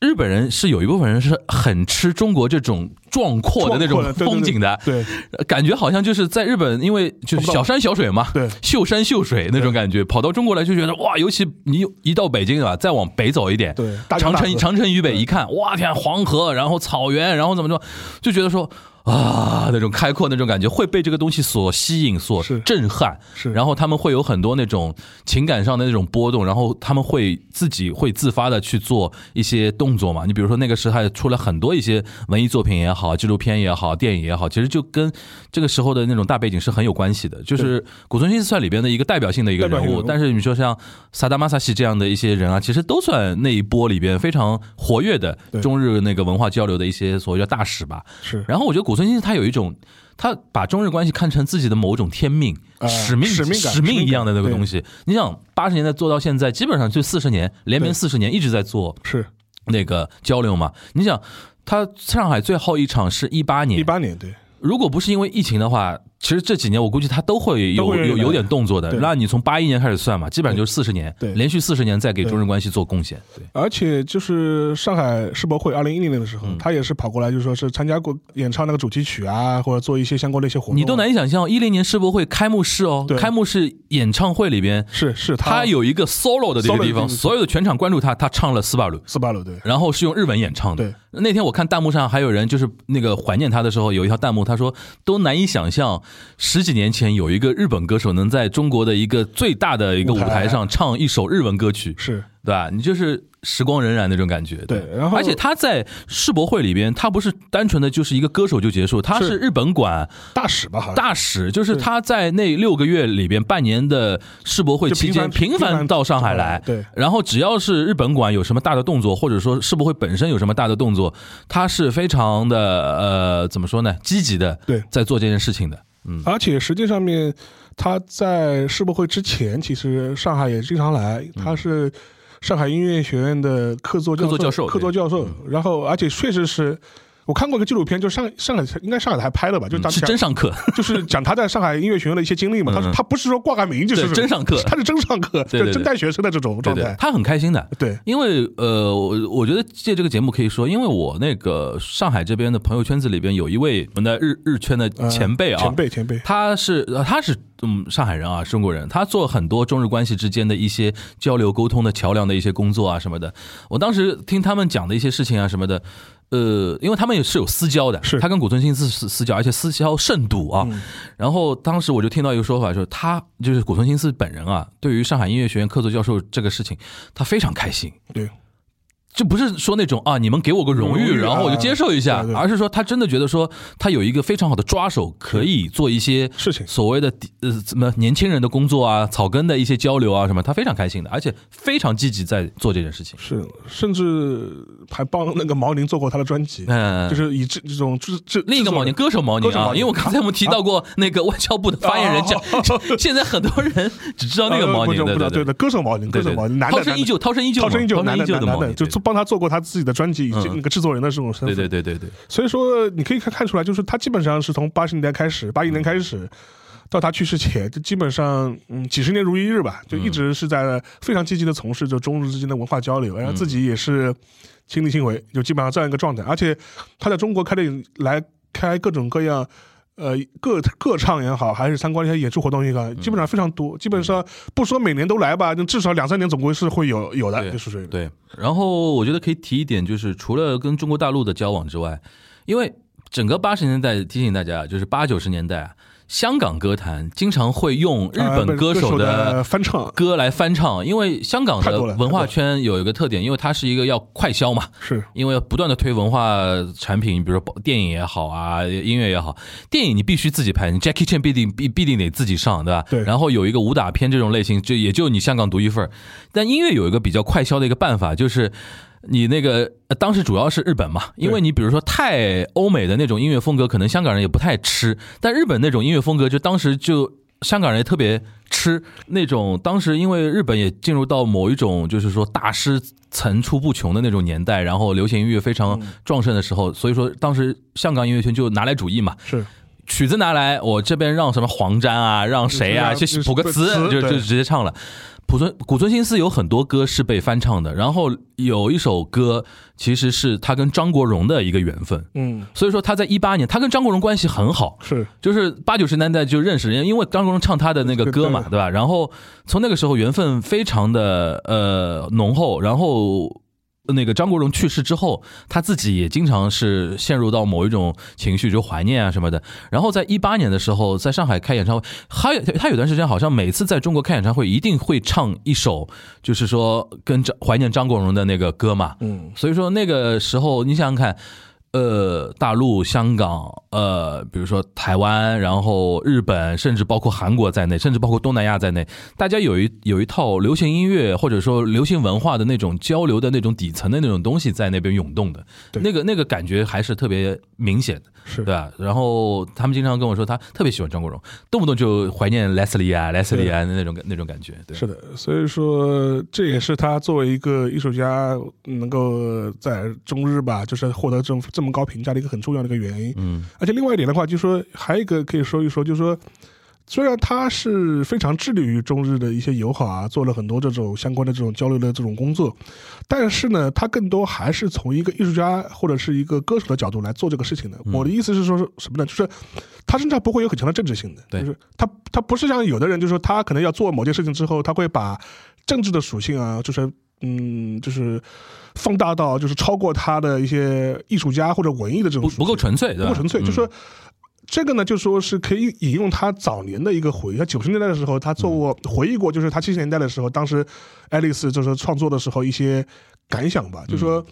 Speaker 5: 日本人是有一部分人是很吃中国这种壮阔的那
Speaker 4: 壮
Speaker 5: 种
Speaker 4: 阔的对对
Speaker 5: 风景的，
Speaker 4: 对
Speaker 5: 感觉好像就是在日本，因为就是小山小水嘛，
Speaker 4: 对
Speaker 5: 秀山秀水那种感觉，跑到中国来就觉得哇，尤其你一到北京啊，再往北走一点，
Speaker 4: 对大江
Speaker 5: 长
Speaker 4: 大
Speaker 5: 城
Speaker 4: 河
Speaker 5: 长城以北一看，哇天，黄河，然后草原，然后怎么着，就觉得说啊，那种开阔那种感觉会被这个东西所吸引、所
Speaker 4: 是
Speaker 5: 震撼，
Speaker 4: 是
Speaker 5: 然后他们会有很多那种情感上的那种波动，然后他们会自己会自发的去做一些动作嘛。你比如说那个时代出了很多一些文艺作品也好，纪录片也好，电影也好，其实就跟这个时候的那种大背景是很有关系的。就是古村新司算里边的一个代表性的一个
Speaker 4: 代表
Speaker 5: 人
Speaker 4: 性
Speaker 5: 物，
Speaker 4: 人物
Speaker 5: 但是你说像萨达马萨西这样的一些人啊，其实都算那一波里边非常活跃的
Speaker 4: 对
Speaker 5: 中日那个文化交流的一些所谓叫大使吧。
Speaker 4: 是
Speaker 5: 然后我觉得古村新司他有一种，他把中日关系看成自己的某种天命、
Speaker 4: 呃
Speaker 5: 使命、
Speaker 4: 使命感
Speaker 5: 使命一样的那个
Speaker 4: 对
Speaker 5: 东西。你想，八十年代做到现在，基本上就四十年，连绵
Speaker 4: 对
Speaker 5: 四十年一直在做
Speaker 4: 是
Speaker 5: 那个交流嘛。你想，他上海最后一场是一八
Speaker 4: 一
Speaker 5: 年，
Speaker 4: 八年对
Speaker 5: 如果不是因为疫情的话，其实这几年我估计他都会有
Speaker 4: 都会有
Speaker 5: 有有点动作的。
Speaker 4: 对
Speaker 5: 那你从八一年开始算嘛，基本上就是四十年，
Speaker 4: 对
Speaker 5: 连续四十年在给中日关系做贡献。对，
Speaker 4: 而且就是上海世博会二零一零年的时候，
Speaker 5: 嗯
Speaker 4: 他也是跑过来，就说是参加过演唱那个主题曲啊，或者做一些相关的一些活动啊。
Speaker 5: 你都难以想象，一零年世博会开幕式哦，
Speaker 4: 对
Speaker 5: 开幕式演唱会里边
Speaker 4: 是是
Speaker 5: 他有一个 solo 的这个
Speaker 4: solo 的
Speaker 5: 地方，
Speaker 4: 地方
Speaker 5: 所有的全场关注他，他唱了斯巴鲁。
Speaker 4: 斯巴鲁对
Speaker 5: 然后是用日文演唱的。
Speaker 4: 对，
Speaker 5: 那天我看弹幕上还有人就是那个怀念他的时候，有一条弹幕他说都难以想象十几年前有一个日本歌手能在中国的一个最大的一个舞
Speaker 4: 舞
Speaker 5: 台
Speaker 4: 台
Speaker 5: 上唱一首日文歌曲，
Speaker 4: 是
Speaker 5: 对吧？你就是时光荏苒那种感觉。
Speaker 4: 对然后
Speaker 5: 而且他在世博会里边，他不是单纯的就是一个歌手就结束，他
Speaker 4: 是
Speaker 5: 是日本馆
Speaker 4: 大使吧？好像
Speaker 5: 大使，就是他在那六个月里边，半年的世博会期间，
Speaker 4: 就频繁
Speaker 5: 频繁到上海来。
Speaker 4: 对
Speaker 5: 然后只要是日本馆有什么大的动作，或者说世博会本身有什么大的动作，他是非常的呃，怎么说呢？积极的，
Speaker 4: 对
Speaker 5: 在做这件事情的。
Speaker 4: 而且实际上面，他在世博会之前，其实上海也经常来，他是上海音乐学院的客座
Speaker 5: 嗯客座教授嗯
Speaker 4: 客座教授。然后，而且确实是我看过一个纪录片，就上上海应该上海台拍的吧，就讲
Speaker 5: 嗯是真
Speaker 4: 讲
Speaker 5: 上课，
Speaker 4: 就是讲他在上海音乐学院的一些经历嘛。他说他不是说挂个名就是
Speaker 5: 嗯对真上课
Speaker 4: 他是真上课，
Speaker 5: 对对对
Speaker 4: 就真带学生的这种
Speaker 5: 对
Speaker 4: 状
Speaker 5: 对
Speaker 4: 态，。
Speaker 5: 他很开心的。
Speaker 4: 对
Speaker 5: 因为呃，我我觉得借这个节目可以说，因为我那个上海这边的朋友圈子里边有一位我们的日日圈的
Speaker 4: 呃
Speaker 5: 前辈啊，
Speaker 4: 前辈前辈，
Speaker 5: 他是呃他是嗯上海人啊，中国人，他做很多中日关系之间的一些交流沟通的桥梁的一些工作啊什么的。我当时听他们讲的一些事情啊什么的，呃，因为他们也是有私交的，
Speaker 4: 是
Speaker 5: 他跟古村新司私私交，而且私交甚笃啊。然后当时我就听到一个说法，说他就是古村新司本人啊，对于上海音乐学院客座教授这个事情，他非常开心。
Speaker 4: 对
Speaker 5: 就不是说那种啊，你们给我个荣誉，
Speaker 4: 荣誉
Speaker 5: 然后我就接受一下
Speaker 4: 啊对，对
Speaker 5: 而是说他真的觉得说他有一个非常好的抓手，可以做一些
Speaker 4: 事情
Speaker 5: 所谓的呃怎么年轻人的工作啊，草根的一些交流啊什么，他非常开心的，而且非常积极在做这件事情。
Speaker 4: 是，甚至还帮那个毛宁做过他的专辑，
Speaker 5: 嗯，
Speaker 4: 就是以这这种制制
Speaker 5: 另一个毛宁，歌手毛宁
Speaker 4: 歌手
Speaker 5: 啊
Speaker 4: 毛，宁
Speaker 5: 因为我刚才我们提到过那个外交部的发言人讲， 现在很多人只知道那个毛宁，
Speaker 4: 哦呃不
Speaker 5: 对
Speaker 4: 知道
Speaker 5: 对
Speaker 4: 对的，歌手毛宁，歌
Speaker 5: 对
Speaker 4: 手
Speaker 5: 对
Speaker 4: 毛
Speaker 5: 对
Speaker 4: 宁，男的
Speaker 5: 涛声依旧，涛声依旧嘛，
Speaker 4: 涛声依旧，男的
Speaker 5: 的
Speaker 4: 男
Speaker 5: 毛
Speaker 4: 的，
Speaker 5: 宁，
Speaker 4: 就
Speaker 5: 对
Speaker 4: 做帮他做过他自己的专辑以及
Speaker 5: 嗯
Speaker 4: 那个制作人的这种身份。
Speaker 5: 对对对对对，
Speaker 4: 所以说你可以看看出来，就是他基本上是从八十年代开始，八一
Speaker 5: 嗯
Speaker 4: 年开始。到他去世前，就基本上嗯几十年如一日吧，
Speaker 5: 嗯
Speaker 4: 就一直是在非常积极的从事就中日之间的文化交流，
Speaker 5: 嗯
Speaker 4: 然后自己也是亲力亲为，就基本上这样一个状态。而且他在中国开的来开各种各样，呃，各各唱也好，还是参观一些演出活动也
Speaker 5: 嗯
Speaker 4: 好，基本上非常多。基本上不说每年都来吧，就至少两三年总归是会有有的，
Speaker 5: 对
Speaker 4: 就是这个。
Speaker 5: 对，然后我觉得可以提一点，就是除了跟中国大陆的交往之外，因为整个八十年代提醒大家，就是八九十年代啊，香港歌坛经常会用日
Speaker 4: 呃
Speaker 5: 本歌手
Speaker 4: 的
Speaker 5: 的。
Speaker 4: 翻唱
Speaker 5: 歌来翻唱，因为香港
Speaker 4: 太
Speaker 5: 的
Speaker 4: 多了
Speaker 5: 文化圈有一个特点，因为它是一个要快消嘛，
Speaker 4: 是
Speaker 5: 因为要不断的推文化产品，比如说电影也好啊，音乐也好，电影你必须自己拍，你 Jackie Chan 必定必必定得自己上，对吧？
Speaker 4: 对
Speaker 5: 然后有一个武打片这种类型，就也就你香港独一份儿但音乐有一个比较快消的一个办法，就是你那个、呃当时主要是日本嘛，因为你比如说太欧美的那种音乐风格，可能香港人也不太吃，但日本那种音乐风格，就当时就香港人也特别吃那种。当时因为日本也进入到某一种就是说大师层出不穷的那种年代，然后流行音乐非常壮盛的时候，所以说当时香港音乐圈就拿来主义嘛，
Speaker 4: 是
Speaker 5: 曲子拿来，我这边让什么黄沾啊，让谁啊
Speaker 4: 嗯就是
Speaker 5: 去补个词
Speaker 4: 就是，
Speaker 5: 就就
Speaker 4: 对
Speaker 5: 直接唱了。濮存濮存新司有很多歌是被翻唱的，然后有一首歌其实是他跟张国荣的一个缘分，
Speaker 4: 嗯
Speaker 5: 所以说他在一八年，他跟张国荣关系很好，
Speaker 4: 是
Speaker 5: 就是八九十年代就认识人，因为张国荣唱他的那个歌嘛，
Speaker 4: 对
Speaker 5: 对吧？然后从那个时候缘分非常的呃浓厚，然后。那个张国荣去世之后，他自己也经常是陷入到某一种情绪，就怀念啊什么的。然后在一八年的时候，在上海开演唱会，他有他有段时间好像每次在中国开演唱会，一定会唱一首，就是说跟张怀念张国荣的那个歌嘛。
Speaker 4: 嗯
Speaker 5: 所以说那个时候，你想想看，呃，大陆、香港，呃，比如说台湾，然后日本，甚至包括韩国在内，甚至包括东南亚在内，大家有一有一套流行音乐或者说流行文化的那种交流的那种底层的那种东西在那边涌动的，
Speaker 4: 对
Speaker 5: 那个那个感觉还是特别明显的。
Speaker 4: 是
Speaker 5: 对吧？然后他们经常跟我说，他特别喜欢张国荣，动不动就怀念 Leslie 啊、Leslie 啊那种感那种感觉。对，
Speaker 4: 是的，所以说这也是他作为一个艺术家能够在中日吧，就是获得这么这么高评价的一个很重要的一个原因。
Speaker 5: 嗯，
Speaker 4: 而且另外一点的话，就是说还有一个可以说一说，就是说。虽然他是非常致力于中日的一些友好啊，做了很多这种相关的这种交流的这种工作，但是呢，他更多还是从一个艺术家或者是一个歌手的角度来做这个事情
Speaker 5: 嗯
Speaker 4: 的。我的意思是说是什么呢？就是他身上不会有很强的政治性的，
Speaker 5: 对
Speaker 4: 就是他他不是像有的人，就是说他可能要做某件事情之后，他会把政治的属性啊，就是嗯，就是放大到就是超过他的一些艺术家或者文艺的这种
Speaker 5: 不
Speaker 4: 属
Speaker 5: 不够
Speaker 4: 性
Speaker 5: 纯粹，对吧
Speaker 4: 不够纯粹，
Speaker 5: 嗯
Speaker 4: 就说。这个呢，就说是可以引用他早年的一个回忆，他九十年代的时候，他做过
Speaker 5: 嗯
Speaker 4: 回忆过，就是他七十年代的时候，当时爱丽丝就是创作的时候一些感想
Speaker 5: 嗯
Speaker 4: 吧，就说，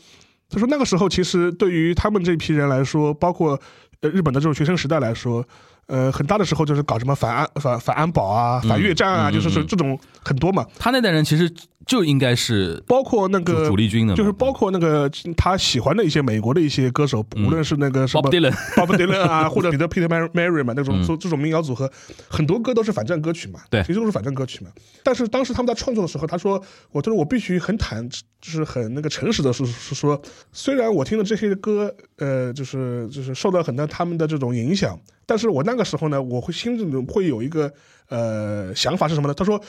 Speaker 4: 他说那个时候其实对于他们这批人来说，包括呃日本的这种学生时代来说，呃很大的时候就是搞什么反安反反安保啊、反越战啊，
Speaker 5: 嗯嗯
Speaker 4: 就是说
Speaker 5: 嗯
Speaker 4: 这种很多嘛，
Speaker 5: 他那代人其实就应该是
Speaker 4: 包括那
Speaker 5: 主
Speaker 4: 个
Speaker 5: 主力军的嘛，
Speaker 4: 就是包括那个他喜欢的一些美国的一些歌手，无论是那个什么
Speaker 5: 嗯 Bob Dylan，
Speaker 4: Bob Dylan 啊，或者你的 Peter Mar- Mary 嘛，那种
Speaker 5: 嗯
Speaker 4: 这这种民谣组合，很多歌都是反战歌曲嘛，
Speaker 5: 对
Speaker 4: 其实都是反战歌曲嘛。但是当时他们在创作的时候，他说，我就是我必须很坦，就是很那个诚实的是是说，虽然我听了这些歌，呃，就是就是受到很大他们的这种影响，但是我那个时候呢，我会心里会有一个呃想法是什么呢？他说。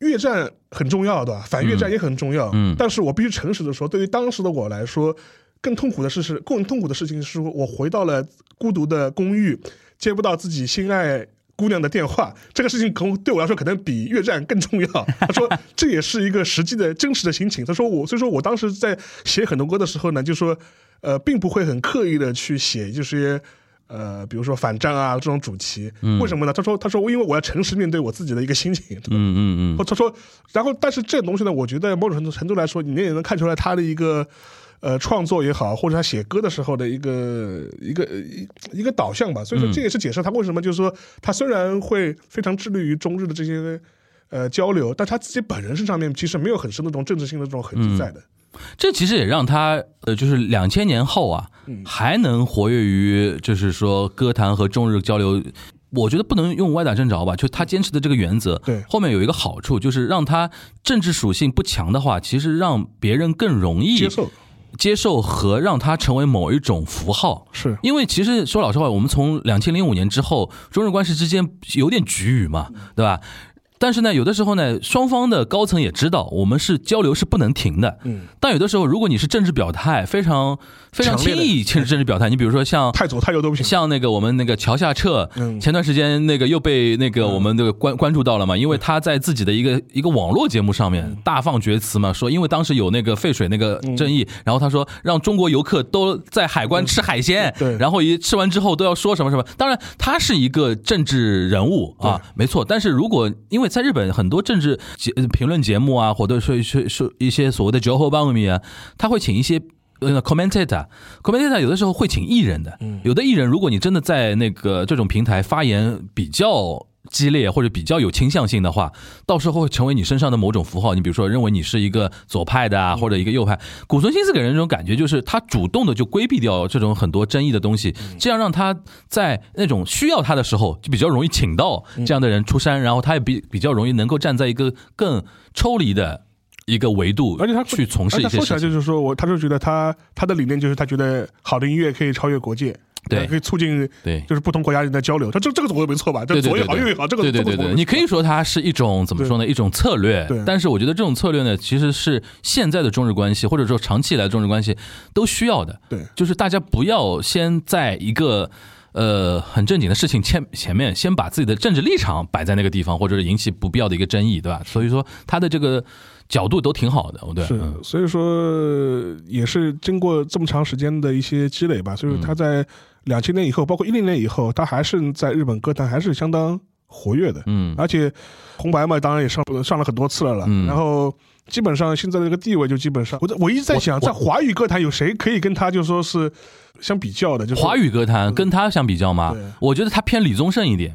Speaker 4: 越战很重要，对吧？反越战也很重要。
Speaker 5: 嗯嗯
Speaker 4: 但是我必须诚实的说，对于当时的我来说，更痛苦的事是，更痛苦的事情是我回到了孤独的公寓，接不到自己心爱姑娘的电话。这个事情可能对我来说，可能比越战更重要。他 说，这也是一个实际的真实的心情。他说我，所以说我当时在写很多歌的时候呢，就说，呃，并不会很刻意的去写这些。呃，比如说反战啊这种主题，
Speaker 5: 嗯
Speaker 4: 为什么呢？他说，他说，因为我要诚实面对我自己的一个心情，
Speaker 5: 嗯嗯嗯，
Speaker 4: 他说，然后但是这种东西呢，我觉得某种程度程度来说，你也能看出来他的一个呃创作也好，或者他写歌的时候的一个一个一一个导向吧。所以
Speaker 5: 嗯
Speaker 4: 说这也是解释他为什么就是说他虽然会非常致力于中日的这些。呃，交流，但他自己本人身上面其实没有很深的这种政治性的这种痕
Speaker 5: 嗯
Speaker 4: 迹在的，
Speaker 5: 这其实也让他呃，就是两千年后啊，
Speaker 4: 嗯
Speaker 5: 还能活跃于就是说歌坛和中日交流。我觉得不能用歪打正着吧，就他坚持的这个原则，
Speaker 4: 对
Speaker 5: 后面有一个好处，就是让他政治属性不强的话，其实让别人更容易
Speaker 4: 接受
Speaker 5: 接受和让它成为某一种符号。
Speaker 4: 是
Speaker 5: 因为其实说老实话，我们从两千零五年之后，中日关系之间有点局域
Speaker 4: 嗯
Speaker 5: 嘛，对吧？但是呢，有的时候呢，双方的高层也知道，我们是交流是不能停的。
Speaker 4: 嗯，
Speaker 5: 但有的时候，如果你是政治表态非常非常
Speaker 4: 强烈
Speaker 5: 轻
Speaker 4: 的
Speaker 5: 易政治表态，你比如说像
Speaker 4: 太左太右都不行。
Speaker 5: 像那个我们那个桥下彻，
Speaker 4: 嗯
Speaker 5: 前段时间那个又被那个我们这个关关注到了嘛，因为他在自己的一个一个网络节目上
Speaker 4: 嗯
Speaker 5: 面大放厥词嘛，说因为当时有那个废水那个争议，然后他说让中国游客都在海关吃海鲜，
Speaker 4: 嗯对
Speaker 5: 然后一吃完之后都要说什么什么。当然，他是一个政治人物啊，没错。但是如果因为在日本很多政治节评论节目啊，或者说说说一些所谓的酒后棒米啊，他会请一些。呃，commentator，commentator 有的时候会请艺人的，有的艺人如果你真的在那个这种平台发言比较激烈或者比较有倾向性的话，到时候会成为你身上的某种符号。你比如说，认为你是一个左派的啊，或者一个右派。古存新四给人这种感觉，就是他主动的就规避掉这种很多争议的东西，
Speaker 4: 嗯
Speaker 5: 这样让他在那种需要他的时候，就比较容易请到
Speaker 4: 嗯
Speaker 5: 这样的人出山，然后他也比比较容易能够站在一个更抽离的一个维度，
Speaker 4: 而且他
Speaker 5: 去从事
Speaker 4: 而
Speaker 5: 一
Speaker 4: 且
Speaker 5: 些
Speaker 4: 说起
Speaker 5: 事
Speaker 4: 来就
Speaker 5: 情。
Speaker 4: 是说我，他就觉得他他的理念就是他觉得好的音乐可以超越国界，
Speaker 5: 对
Speaker 4: 呃可以促进
Speaker 5: 对
Speaker 4: 就是不同国家人的交流。他这这个总归没错吧？这
Speaker 5: 对对
Speaker 4: 左也
Speaker 5: 对
Speaker 4: 好，右
Speaker 5: 对
Speaker 4: 也好，这个
Speaker 5: 对对
Speaker 4: 这个
Speaker 5: 对
Speaker 4: 总
Speaker 5: 对，
Speaker 4: 归
Speaker 5: 你
Speaker 4: 没
Speaker 5: 可以说它是一种怎么说呢？一种策略
Speaker 4: 对。
Speaker 5: 但是我觉得这种策略呢，其实是现在的中日关系，或者说长期以来的中日关系都需要的。
Speaker 4: 对
Speaker 5: 就是大家不要先在一个。呃，很正经的事情前前面先把自己的政治立场摆在那个地方，或者是引起不必要的一个争议，对吧？所以说他的这个角度都挺好的，对，
Speaker 4: 是
Speaker 5: 嗯，
Speaker 4: 所以说也是经过这么长时间的一些积累吧，就是
Speaker 5: 嗯
Speaker 4: 他在两千年以后，包括一零年以后，他还是在日本歌坛还是相当活跃的，
Speaker 5: 嗯
Speaker 4: 而且红白嘛，当然也上上了很多次了了，
Speaker 5: 嗯
Speaker 4: 然后。基本上现在的这个地位就基本上，我在我一直在想，
Speaker 5: 我
Speaker 4: 在华语歌坛有谁可以跟他就说是相比较的？就是嗯
Speaker 5: 华语歌坛跟他相比较嘛
Speaker 4: 对，
Speaker 5: 我觉得他偏李宗盛一点，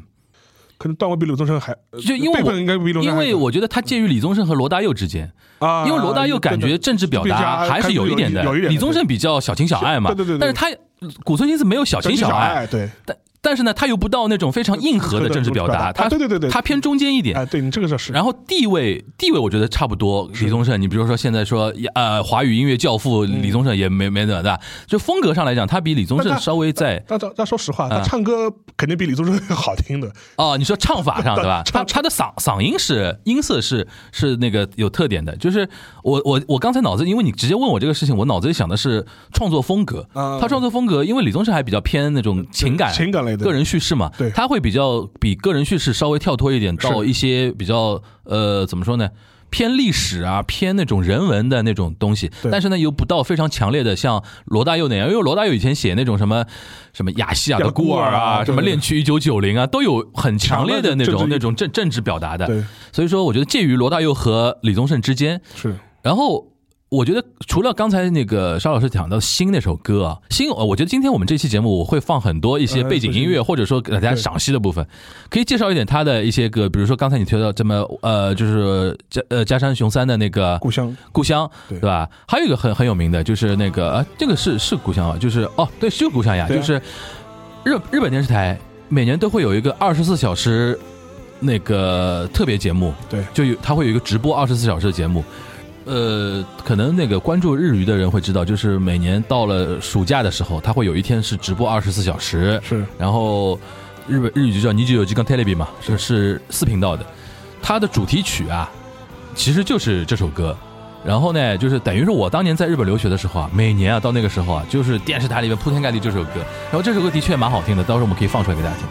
Speaker 4: 可能段位比李宗盛还，呃
Speaker 5: 就因为
Speaker 4: 辈
Speaker 5: 我
Speaker 4: 分应该比李宗盛
Speaker 5: 因
Speaker 4: 还
Speaker 5: 为
Speaker 4: 高
Speaker 5: 我觉得他介于李宗盛和罗大佑之间，
Speaker 4: 啊，
Speaker 5: 因为罗大佑感觉
Speaker 4: 对
Speaker 5: 政治表达还是有一点的
Speaker 4: 有一，点
Speaker 5: 李宗盛比较小情小爱嘛，
Speaker 4: 对对对对
Speaker 5: 但是他古村新司没有小
Speaker 4: 对
Speaker 5: 情
Speaker 4: 小
Speaker 5: 爱，
Speaker 4: 爱，对，
Speaker 5: 但但是呢，他又不到那种非常硬核的政治表达，
Speaker 4: 啊
Speaker 5: 他
Speaker 4: 对对对对
Speaker 5: 他偏中间一点
Speaker 4: 哎，。对你这个是，
Speaker 5: 然后地位地位我觉得差不多，李宗盛，你比如说现在说呃华语音乐教父李宗盛也没没得对吧？就风格上来讲，他比李宗
Speaker 4: 嗯但
Speaker 5: 盛
Speaker 4: 他
Speaker 5: 稍微在
Speaker 4: 但但但说实话，他
Speaker 5: 嗯
Speaker 4: 唱歌肯定比李宗盛好听的，
Speaker 5: 哦，你说唱 法上对吧？
Speaker 4: 唱
Speaker 5: 他他的嗓嗓音是音色是是那个有特点的，就是我我我刚才脑子，因为你直接问我这个事情，我脑子里想的是创作风格。
Speaker 4: 啊
Speaker 5: 他创作风格，因为李宗盛还比较偏那种情感
Speaker 4: 情感类的
Speaker 5: 个人叙事嘛，
Speaker 4: 对
Speaker 5: 他会比较比个人叙事稍微跳脱一点，
Speaker 4: 是
Speaker 5: 到一些比较呃怎么说呢？偏历史啊，偏那种人文的那种东西，
Speaker 4: 对
Speaker 5: 但是呢，又不到非常强烈的像罗大佑那样，因为罗大佑以前写那种什么什么亚细亚的
Speaker 4: 亚
Speaker 5: 孤
Speaker 4: 孤
Speaker 5: 儿
Speaker 4: 儿啊
Speaker 5: 啊，
Speaker 4: 对
Speaker 5: 什么
Speaker 4: 对
Speaker 5: 恋去一九九零啊，都有很强烈的那
Speaker 4: 强
Speaker 5: 种
Speaker 4: 烈的政治
Speaker 5: 那种政政治表达的
Speaker 4: 对。
Speaker 5: 所以说，我觉得介于罗大佑和李宗盛之间。
Speaker 4: 是
Speaker 5: 然后，我觉得除了刚才那个沙老师讲到《新》那首歌啊，《新》，呃我觉得今天我们这期节目我会放很多一些
Speaker 4: 呃
Speaker 5: 背景音乐，或者说给大家
Speaker 4: 对
Speaker 5: 赏析的部分，可以介绍一点他的一些歌，比如说刚才你提到这么呃，就是加呃加山雄三的那个
Speaker 4: 故乡
Speaker 5: 故乡，
Speaker 4: 对哦
Speaker 5: 吧？还有一个很很有名的，就是那个啊，这个是是故乡啊，就是哦，对，是故乡呀，
Speaker 4: 对啊
Speaker 5: 就是日日本电视台每年都会有一个二十四小时那个特别节目，
Speaker 4: 对
Speaker 5: 就有它会有一个直播二十四小时的节目。呃，可能那个关注日语的人会知道，就是每年到了暑假的时候，它会有一天是直播二十四小时，
Speaker 4: 是
Speaker 5: 然后日本日语就叫尼基有机刚 t e l e b 嘛，是是四频道的，它的主题曲啊，其实就是这首歌。然后呢，就是等于是我当年在日本留学的时候啊，每年啊到那个时候啊，就是电视台里面铺天盖地这首歌。然后这首歌的确蛮好听的，到时候我们可以放出来给大家听。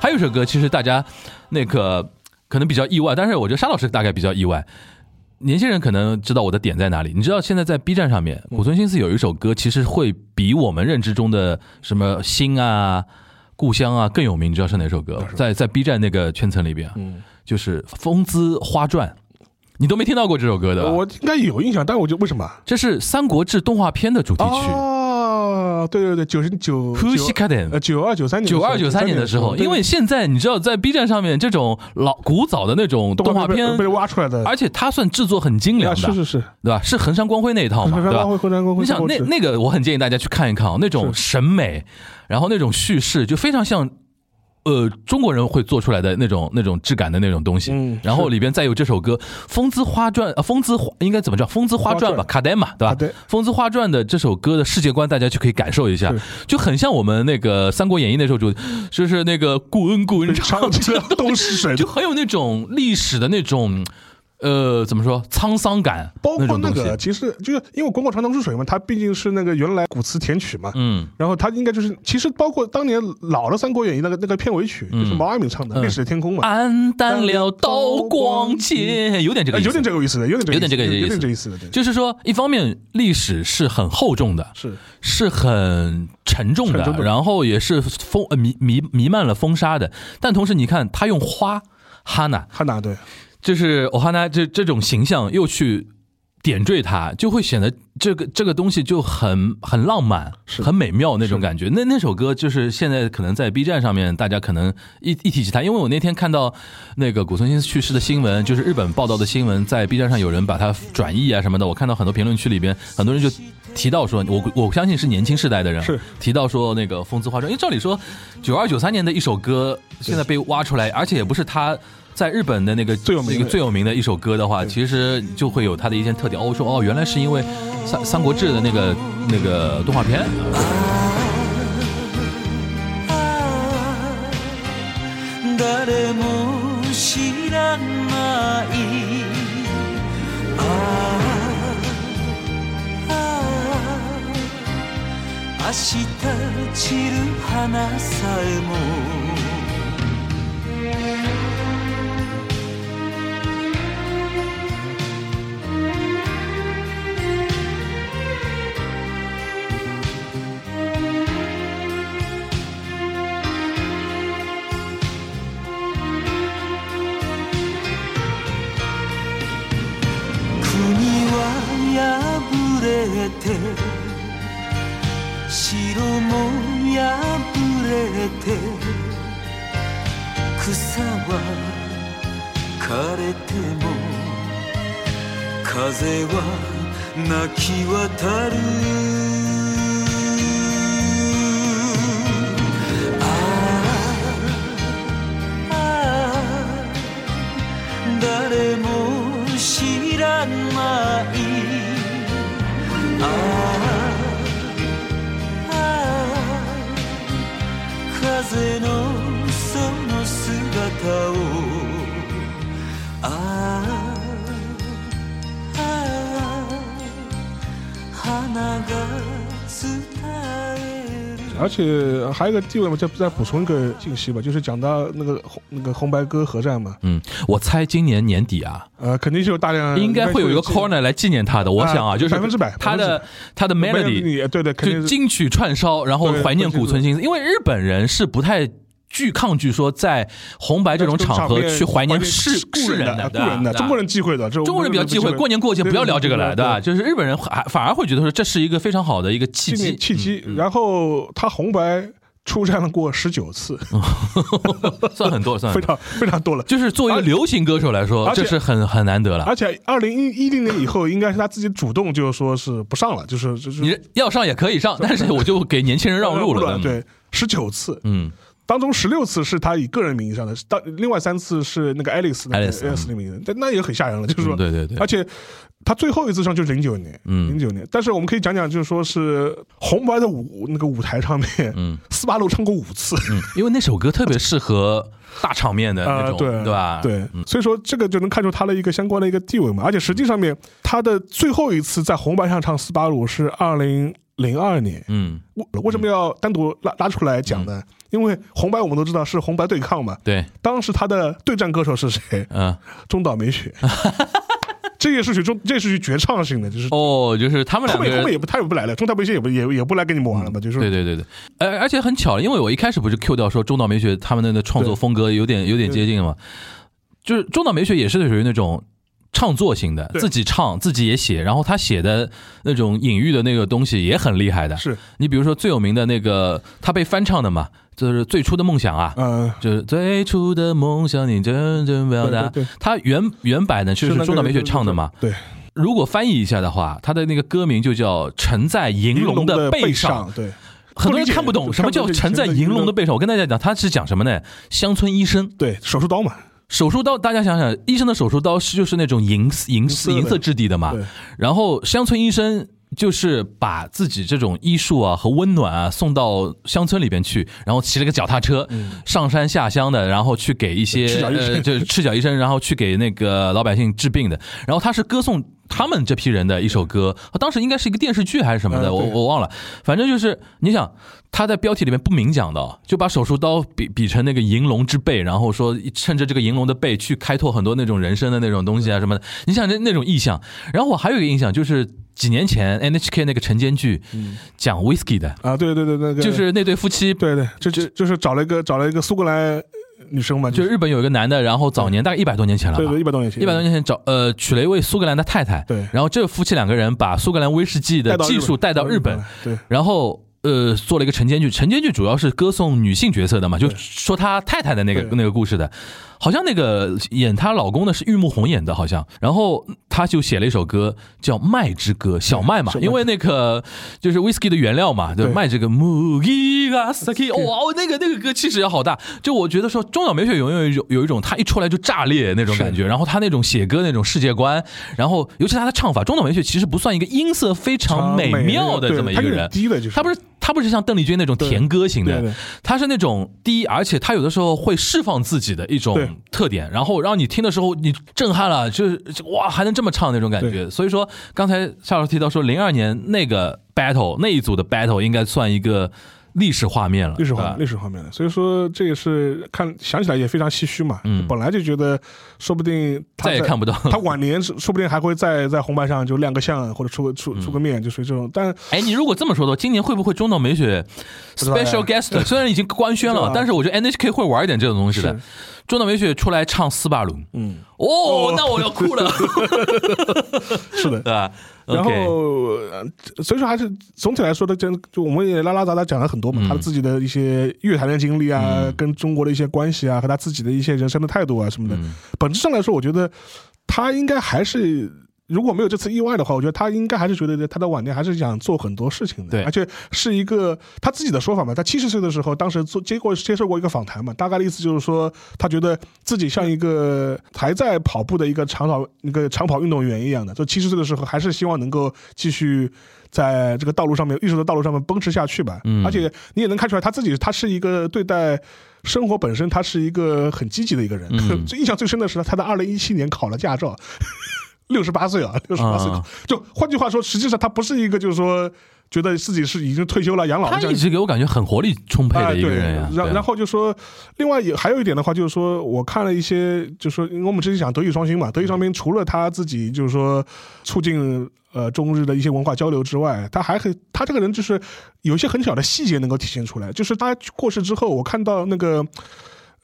Speaker 5: 还有一首歌，其实大家那个可能比较意外，但是我觉得沙老师大概比较意外。年轻人可能知道我的点在哪里。你知道现在在 B 站上面，古村新司有一首歌，其实会比我们认知中的什么心啊、故乡啊更有名。你知道是哪首歌？在在 B 站那个圈层里边，啊
Speaker 4: 嗯
Speaker 5: 就是《风姿花传》，你都没听到过这首歌的吧？
Speaker 4: 我应该有印象，但我就为什么？
Speaker 5: 这是《三国志》动画片的主题曲。
Speaker 4: 哦，对对对，九十九
Speaker 5: Who she cut in？
Speaker 4: 呃，九二九三年的时
Speaker 5: 九
Speaker 4: 候，
Speaker 5: 二九三年的时候，因为现在你知道，在 B 站上面这种老古早的那种动画片
Speaker 4: 被被挖出来的，
Speaker 5: 而且它算制作很精良
Speaker 4: 啊
Speaker 5: 的，
Speaker 4: 是是是，
Speaker 5: 对吧？是横山光辉那一套嘛，
Speaker 4: 衡山
Speaker 5: 对吧
Speaker 4: 光辉，？衡山光辉，
Speaker 5: 你想那那个，我很建议大家去看一看啊，那种审美，然后那种叙事，就非常像呃中国人会做出来的那种那种质感的那种东西，
Speaker 4: 嗯
Speaker 5: 然后里边再有这首歌《风姿花传》呃，《风姿花》应该怎么叫《风姿花传》
Speaker 4: 花
Speaker 5: 吧，
Speaker 4: 啊
Speaker 5: 卡戴玛对吧？
Speaker 4: 卡戴
Speaker 5: 《风姿花传》的这首歌的世界观，大家就可以感受一下
Speaker 4: 是，
Speaker 5: 就很像我们那个《三国演义》那时候主，就是那个滚滚
Speaker 4: 长
Speaker 5: 长江
Speaker 4: 江东逝水，
Speaker 5: 就很有那种历史的那种，呃，怎么说沧桑感，
Speaker 4: 包括
Speaker 5: 种
Speaker 4: 那
Speaker 5: 东西
Speaker 4: 个，其实就是因为《滚滚长江东逝水》嘛，它毕竟是那个原来古词填曲嘛，
Speaker 5: 嗯，
Speaker 4: 然后它应该就是，其实包括当年老的《三国演义》那个那个片尾曲，就是毛阿敏唱的《
Speaker 5: 嗯
Speaker 4: 烈士的天空》嘛，
Speaker 5: 黯淡了刀光剑，有点这个
Speaker 4: 哎
Speaker 5: 意思，
Speaker 4: 有点这个意思的，有点
Speaker 5: 有点这个
Speaker 4: 意思
Speaker 5: 意思
Speaker 4: 有点这个意思的，对，
Speaker 5: 就是说，一方面历史是很厚重的，
Speaker 4: 是
Speaker 5: 是很沉重的，
Speaker 4: 沉重的
Speaker 5: 然后也是风呃弥弥弥漫了风沙的，但同时你看他用花哈娜，
Speaker 4: 汉娜对，
Speaker 5: 就是欧哈娜这这种形象又去。点缀它，就会显得这个这个东西就很很浪漫，很美妙那种感觉。那那首歌就是现在可能在 B 站上面，大家可能一一提起它，因为我那天看到那个古村新司去世的新闻，就是日本报道的新闻，在 B 站上有人把它转译啊什么的，我看到很多评论区里边很多人就提到说，我我相信是年轻世代的人
Speaker 4: 是
Speaker 5: 提到说那个风姿化妆，因为照理说九二九三年的一首歌现在被挖出来，而且也不是他。在日本的那个
Speaker 4: 最有名的
Speaker 5: 那个最有名的一首歌的话，其实就会有它的一些特点。哦，我说哦，原来是因为《三三国志》的那个那个动画片，
Speaker 6: 誰も知らないああああ明日散る花さえも国は破れて城も破れて草は枯れても風は泣き渡るああああ誰も知らないああああ風のその姿をああああ花が伝える
Speaker 4: 而且还有一个地位嘛，再再补充一个信息吧，就是讲到那个红那个红白歌合战嘛，
Speaker 5: 嗯，我猜今年年底啊，
Speaker 4: 呃，肯定是有大量
Speaker 5: 应该会有一个 corner 来纪念他的。我想啊，
Speaker 4: 啊
Speaker 5: 就是
Speaker 4: 百分之百
Speaker 5: 他
Speaker 4: 百
Speaker 5: 的
Speaker 4: 分
Speaker 5: 他的 melody
Speaker 4: melody，对呃对，肯
Speaker 5: 就
Speaker 4: 定是
Speaker 5: 金曲串烧，然后
Speaker 4: 对
Speaker 5: 怀念
Speaker 4: 会记住
Speaker 5: 古村新司，因为日本人是不太。拒抗拒说在红白这种场合
Speaker 4: 面
Speaker 5: 去怀念
Speaker 4: 怀
Speaker 5: 世
Speaker 4: 故
Speaker 5: 世
Speaker 4: 人
Speaker 5: 的，
Speaker 4: 故
Speaker 5: 对吧
Speaker 4: 人的，
Speaker 5: 对吧
Speaker 4: 中国人忌讳的，这
Speaker 5: 中国人比较忌讳，过年过节不要聊这个了，对吧？？就是日本人还反而会觉得说这是一个非常好的一个契
Speaker 4: 对对对对对纪
Speaker 5: 机，
Speaker 4: 念契机。
Speaker 5: 嗯
Speaker 4: 然后他红白出战过十九次，
Speaker 5: 嗯 算很多，算
Speaker 4: 非
Speaker 5: 很多。
Speaker 4: 常 非常多了。
Speaker 5: 就是啊作为一个流行歌手来说，
Speaker 4: 而且
Speaker 5: 这是很很难得了
Speaker 4: 而。且二零一一零年以后，应该是他自己主动就说是不上了，就是就是
Speaker 5: 你要上也可以上，但是我就给年轻人让路了。嗯，
Speaker 4: 对，十九次，
Speaker 5: 嗯，
Speaker 4: 当中十六次是他以个人名义上的，当另外三次是那个 Alex 那个
Speaker 5: Alex，嗯
Speaker 4: Alex 的名字，但那也很吓人了，就是说，
Speaker 5: 嗯对对对
Speaker 4: 而且他最后一次上就是零九年，
Speaker 5: 嗯
Speaker 4: 零九年，但是我们可以讲讲，就是说是红白的舞那个舞台上面，
Speaker 5: 嗯，
Speaker 4: 斯巴鲁唱过五次，
Speaker 5: 因为那首歌特别适合大场面的那
Speaker 4: 啊，
Speaker 5: 种，
Speaker 4: 对
Speaker 5: 吧？
Speaker 4: 对，
Speaker 5: 嗯
Speaker 4: 所以说这个就能看出他的一个相关的一个地位嘛，而且实际上面他的最后一次在红白上唱斯巴鲁是二零零二年，
Speaker 5: 嗯，
Speaker 4: 为为什么要单独拉拉出来讲呢？因为红白我们都知道是红白对抗嘛，
Speaker 5: 对，
Speaker 4: 当时他的对战歌手是谁？
Speaker 5: 嗯，
Speaker 4: 中岛美 雪。这也是属于中，这也是属于绝唱性的，就是后
Speaker 5: 哦，就是他们两个
Speaker 4: 面后面
Speaker 5: 人。
Speaker 4: 也不他也不来了，中岛美雪也不也也不来跟你们玩了嘛，就是
Speaker 5: 对对对对，哎而而且很巧，因为我一开始不是 Q 掉说中岛美雪他们的那创作
Speaker 4: 对
Speaker 5: 风格有点有点接近嘛，就是中岛美雪也是属于那种唱作型的，
Speaker 4: 对
Speaker 5: 自己唱自己也写，然后他写的那种隐喻的那个东西也很厉害的。
Speaker 4: 是
Speaker 5: 你比如说最有名的那个他被翻唱的嘛，就是最初的梦想啊，
Speaker 4: 嗯，
Speaker 5: 就是最初的梦想，你真正表达
Speaker 4: 对对对。
Speaker 5: 它原原版呢，就是
Speaker 4: 那个
Speaker 5: 中岛美雪唱的嘛。
Speaker 4: 对，
Speaker 5: 如果翻译一下的话，它的那个歌名就叫《沉在银
Speaker 4: 银
Speaker 5: 龙
Speaker 4: 龙
Speaker 5: 的
Speaker 4: 背
Speaker 5: 背上》，
Speaker 4: 对，
Speaker 5: 很多人
Speaker 4: 理解
Speaker 5: 看不懂什么叫“
Speaker 4: 看
Speaker 5: 沉
Speaker 4: 不
Speaker 5: 在
Speaker 4: 懂
Speaker 5: 银龙的背上”。我跟大家讲，他是讲什么呢？乡村医生
Speaker 4: 对手术刀嘛，
Speaker 5: 手术刀，大家想想，医生的手术刀是就是那种银丝银丝
Speaker 4: 银色的
Speaker 5: 银色质地的嘛
Speaker 4: 对，
Speaker 5: 然后乡村医生。就是把自己这种医术啊和温暖啊送到乡村里边去，然后骑了个脚踏车、上山下乡的，然后去给一些
Speaker 4: 嗯赤脚医生
Speaker 5: 呃，就是赤脚医生，然后去给那个老百姓治病的。然后他是歌颂他们这批人的一首歌，当时应该是一个电视剧还是什么的，啊
Speaker 4: 嗯
Speaker 5: 我
Speaker 4: 对
Speaker 5: 我忘了。反正就是你想他在标题里面不明讲的哦，就把手术刀比比成那个银龙之背，然后说趁着这个银龙的背去开拓很多那种人生的那种东西啊什么的。你想那那种意象。然后我还有一个印象就是几年前 NHK 那个晨间剧讲 whisky 的，
Speaker 4: 啊，对对对，那个
Speaker 5: 就是嗯那对夫妻
Speaker 4: 对对，就就就是找了一个找了一个苏格兰女生嘛，
Speaker 5: 就日本有一个男的，然后早年大概一百多年前了吧
Speaker 4: 对，对一百多年前，
Speaker 5: 一百多年前找呃娶了一位苏格兰的太太，
Speaker 4: 对
Speaker 5: 然后这夫妻两个人把苏格兰威士忌的
Speaker 4: 带到日
Speaker 5: 技
Speaker 4: 本
Speaker 5: 术带到日本
Speaker 4: 来，，对
Speaker 5: 然后呃做了一个晨间剧，晨间剧主要是歌颂女性角色的嘛，就说她太太的那个
Speaker 4: 对
Speaker 5: 那个故事的，好像那个演她老公的是玉木宏演的，好像，然后她就写了一首歌叫《麦之歌》，小麦嘛
Speaker 4: 小，麦
Speaker 5: 因为那个就是 whisky 的原料嘛，对
Speaker 4: 对
Speaker 5: 麦这个 mugi ga saki，哇，那个那个歌气势要好大，就我觉得说中岛美雪永远有一种有一种她一出来就炸裂那种感觉，然后她那种写歌那种世界观，然后尤其她的唱法，中岛美雪其实不算一个音色非常美妙的这么一个
Speaker 4: 对她有点，
Speaker 5: 人
Speaker 4: 低的就是
Speaker 5: 他不是他不是像邓丽君那种甜歌型
Speaker 4: 对对
Speaker 5: 的
Speaker 4: 对，
Speaker 5: 他是那种低，而且他有的时候会释放自己的一
Speaker 4: 对
Speaker 5: 种特点，然后让你听的时候你震撼了，就是就哇还能这么唱那种感觉。
Speaker 4: 对
Speaker 5: 所以说刚才夏老师提到说零二年那个 battle 那一组的 battle 应该算一个历史画面了，
Speaker 4: 历史
Speaker 5: 对吧
Speaker 4: 画历史画面的，所以说这也是看想起来也非常唏嘘嘛。
Speaker 5: 嗯
Speaker 4: 本来就觉得说不定他
Speaker 5: 再也
Speaker 4: 在
Speaker 5: 看不到。
Speaker 4: 他晚年是说不定还会再在红白上就亮个相或者出个出
Speaker 5: 嗯
Speaker 4: 出个面，就属于这种。但
Speaker 5: 哎，你如果这么说的话，今年会不会中岛美雪
Speaker 4: 知道哎
Speaker 5: special guest？虽然已经官宣
Speaker 4: 不知
Speaker 5: 了
Speaker 4: 道，
Speaker 5: 但是我觉得 NHK 会玩一点这种东西的
Speaker 4: 是。
Speaker 5: 中岛美雪出来唱斯巴鲁，
Speaker 4: 嗯，
Speaker 5: 哦，那我要哭了，
Speaker 4: 是的
Speaker 5: 对。吧？
Speaker 4: 然
Speaker 5: OK
Speaker 4: 后，呃所以说还是总体来说的，就就我们也拉拉杂杂讲了很多嘛，
Speaker 5: 嗯
Speaker 4: 他自己的一些乐坛的经历啊，跟中国的一些关系啊，和他自己的一些人生的态度啊什么的。
Speaker 5: 嗯
Speaker 4: 本质上来说，我觉得他应该还是。如果没有这次意外的话，我觉得他应该还是觉得他的晚年还是想做很多事情的，
Speaker 5: 对
Speaker 4: 而且是一个他自己的说法嘛。他七十岁的时候，当时做接过接受过一个访谈嘛，大概的意思就是说，他觉得自己像一个还在跑步的一个长跑一个长跑运动员一样的，就七十岁的时候还是希望能够继续在这个道路上面艺术的道路上面奔驰下去吧。
Speaker 5: 嗯
Speaker 4: 而且你也能看出来，他自己他是一个对待。生活本身，他是一个很积极的一个人。
Speaker 5: 嗯
Speaker 4: 最印象最深的是他在二零一七年考了驾照，六十八岁啊，六十八岁
Speaker 5: 啊。
Speaker 4: 就换句话说，实际上他不是一个就是说觉得自己是已经退休了养老的
Speaker 5: 他
Speaker 4: 这样
Speaker 5: 一直给我感觉很活力充沛
Speaker 4: 啊，
Speaker 5: 的
Speaker 4: 对，
Speaker 5: 一个人呀。
Speaker 4: 然
Speaker 5: 对
Speaker 4: 然后就说，另外也还有一点的话，就是说我看了一些，就是说因为我们之前讲德语双馨嘛，德语双馨除了他自己就是说促进。呃，中日的一些文化交流之外，他还很，他这个人就是有一些很小的细节能够体现出来。就是他过世之后，我看到那个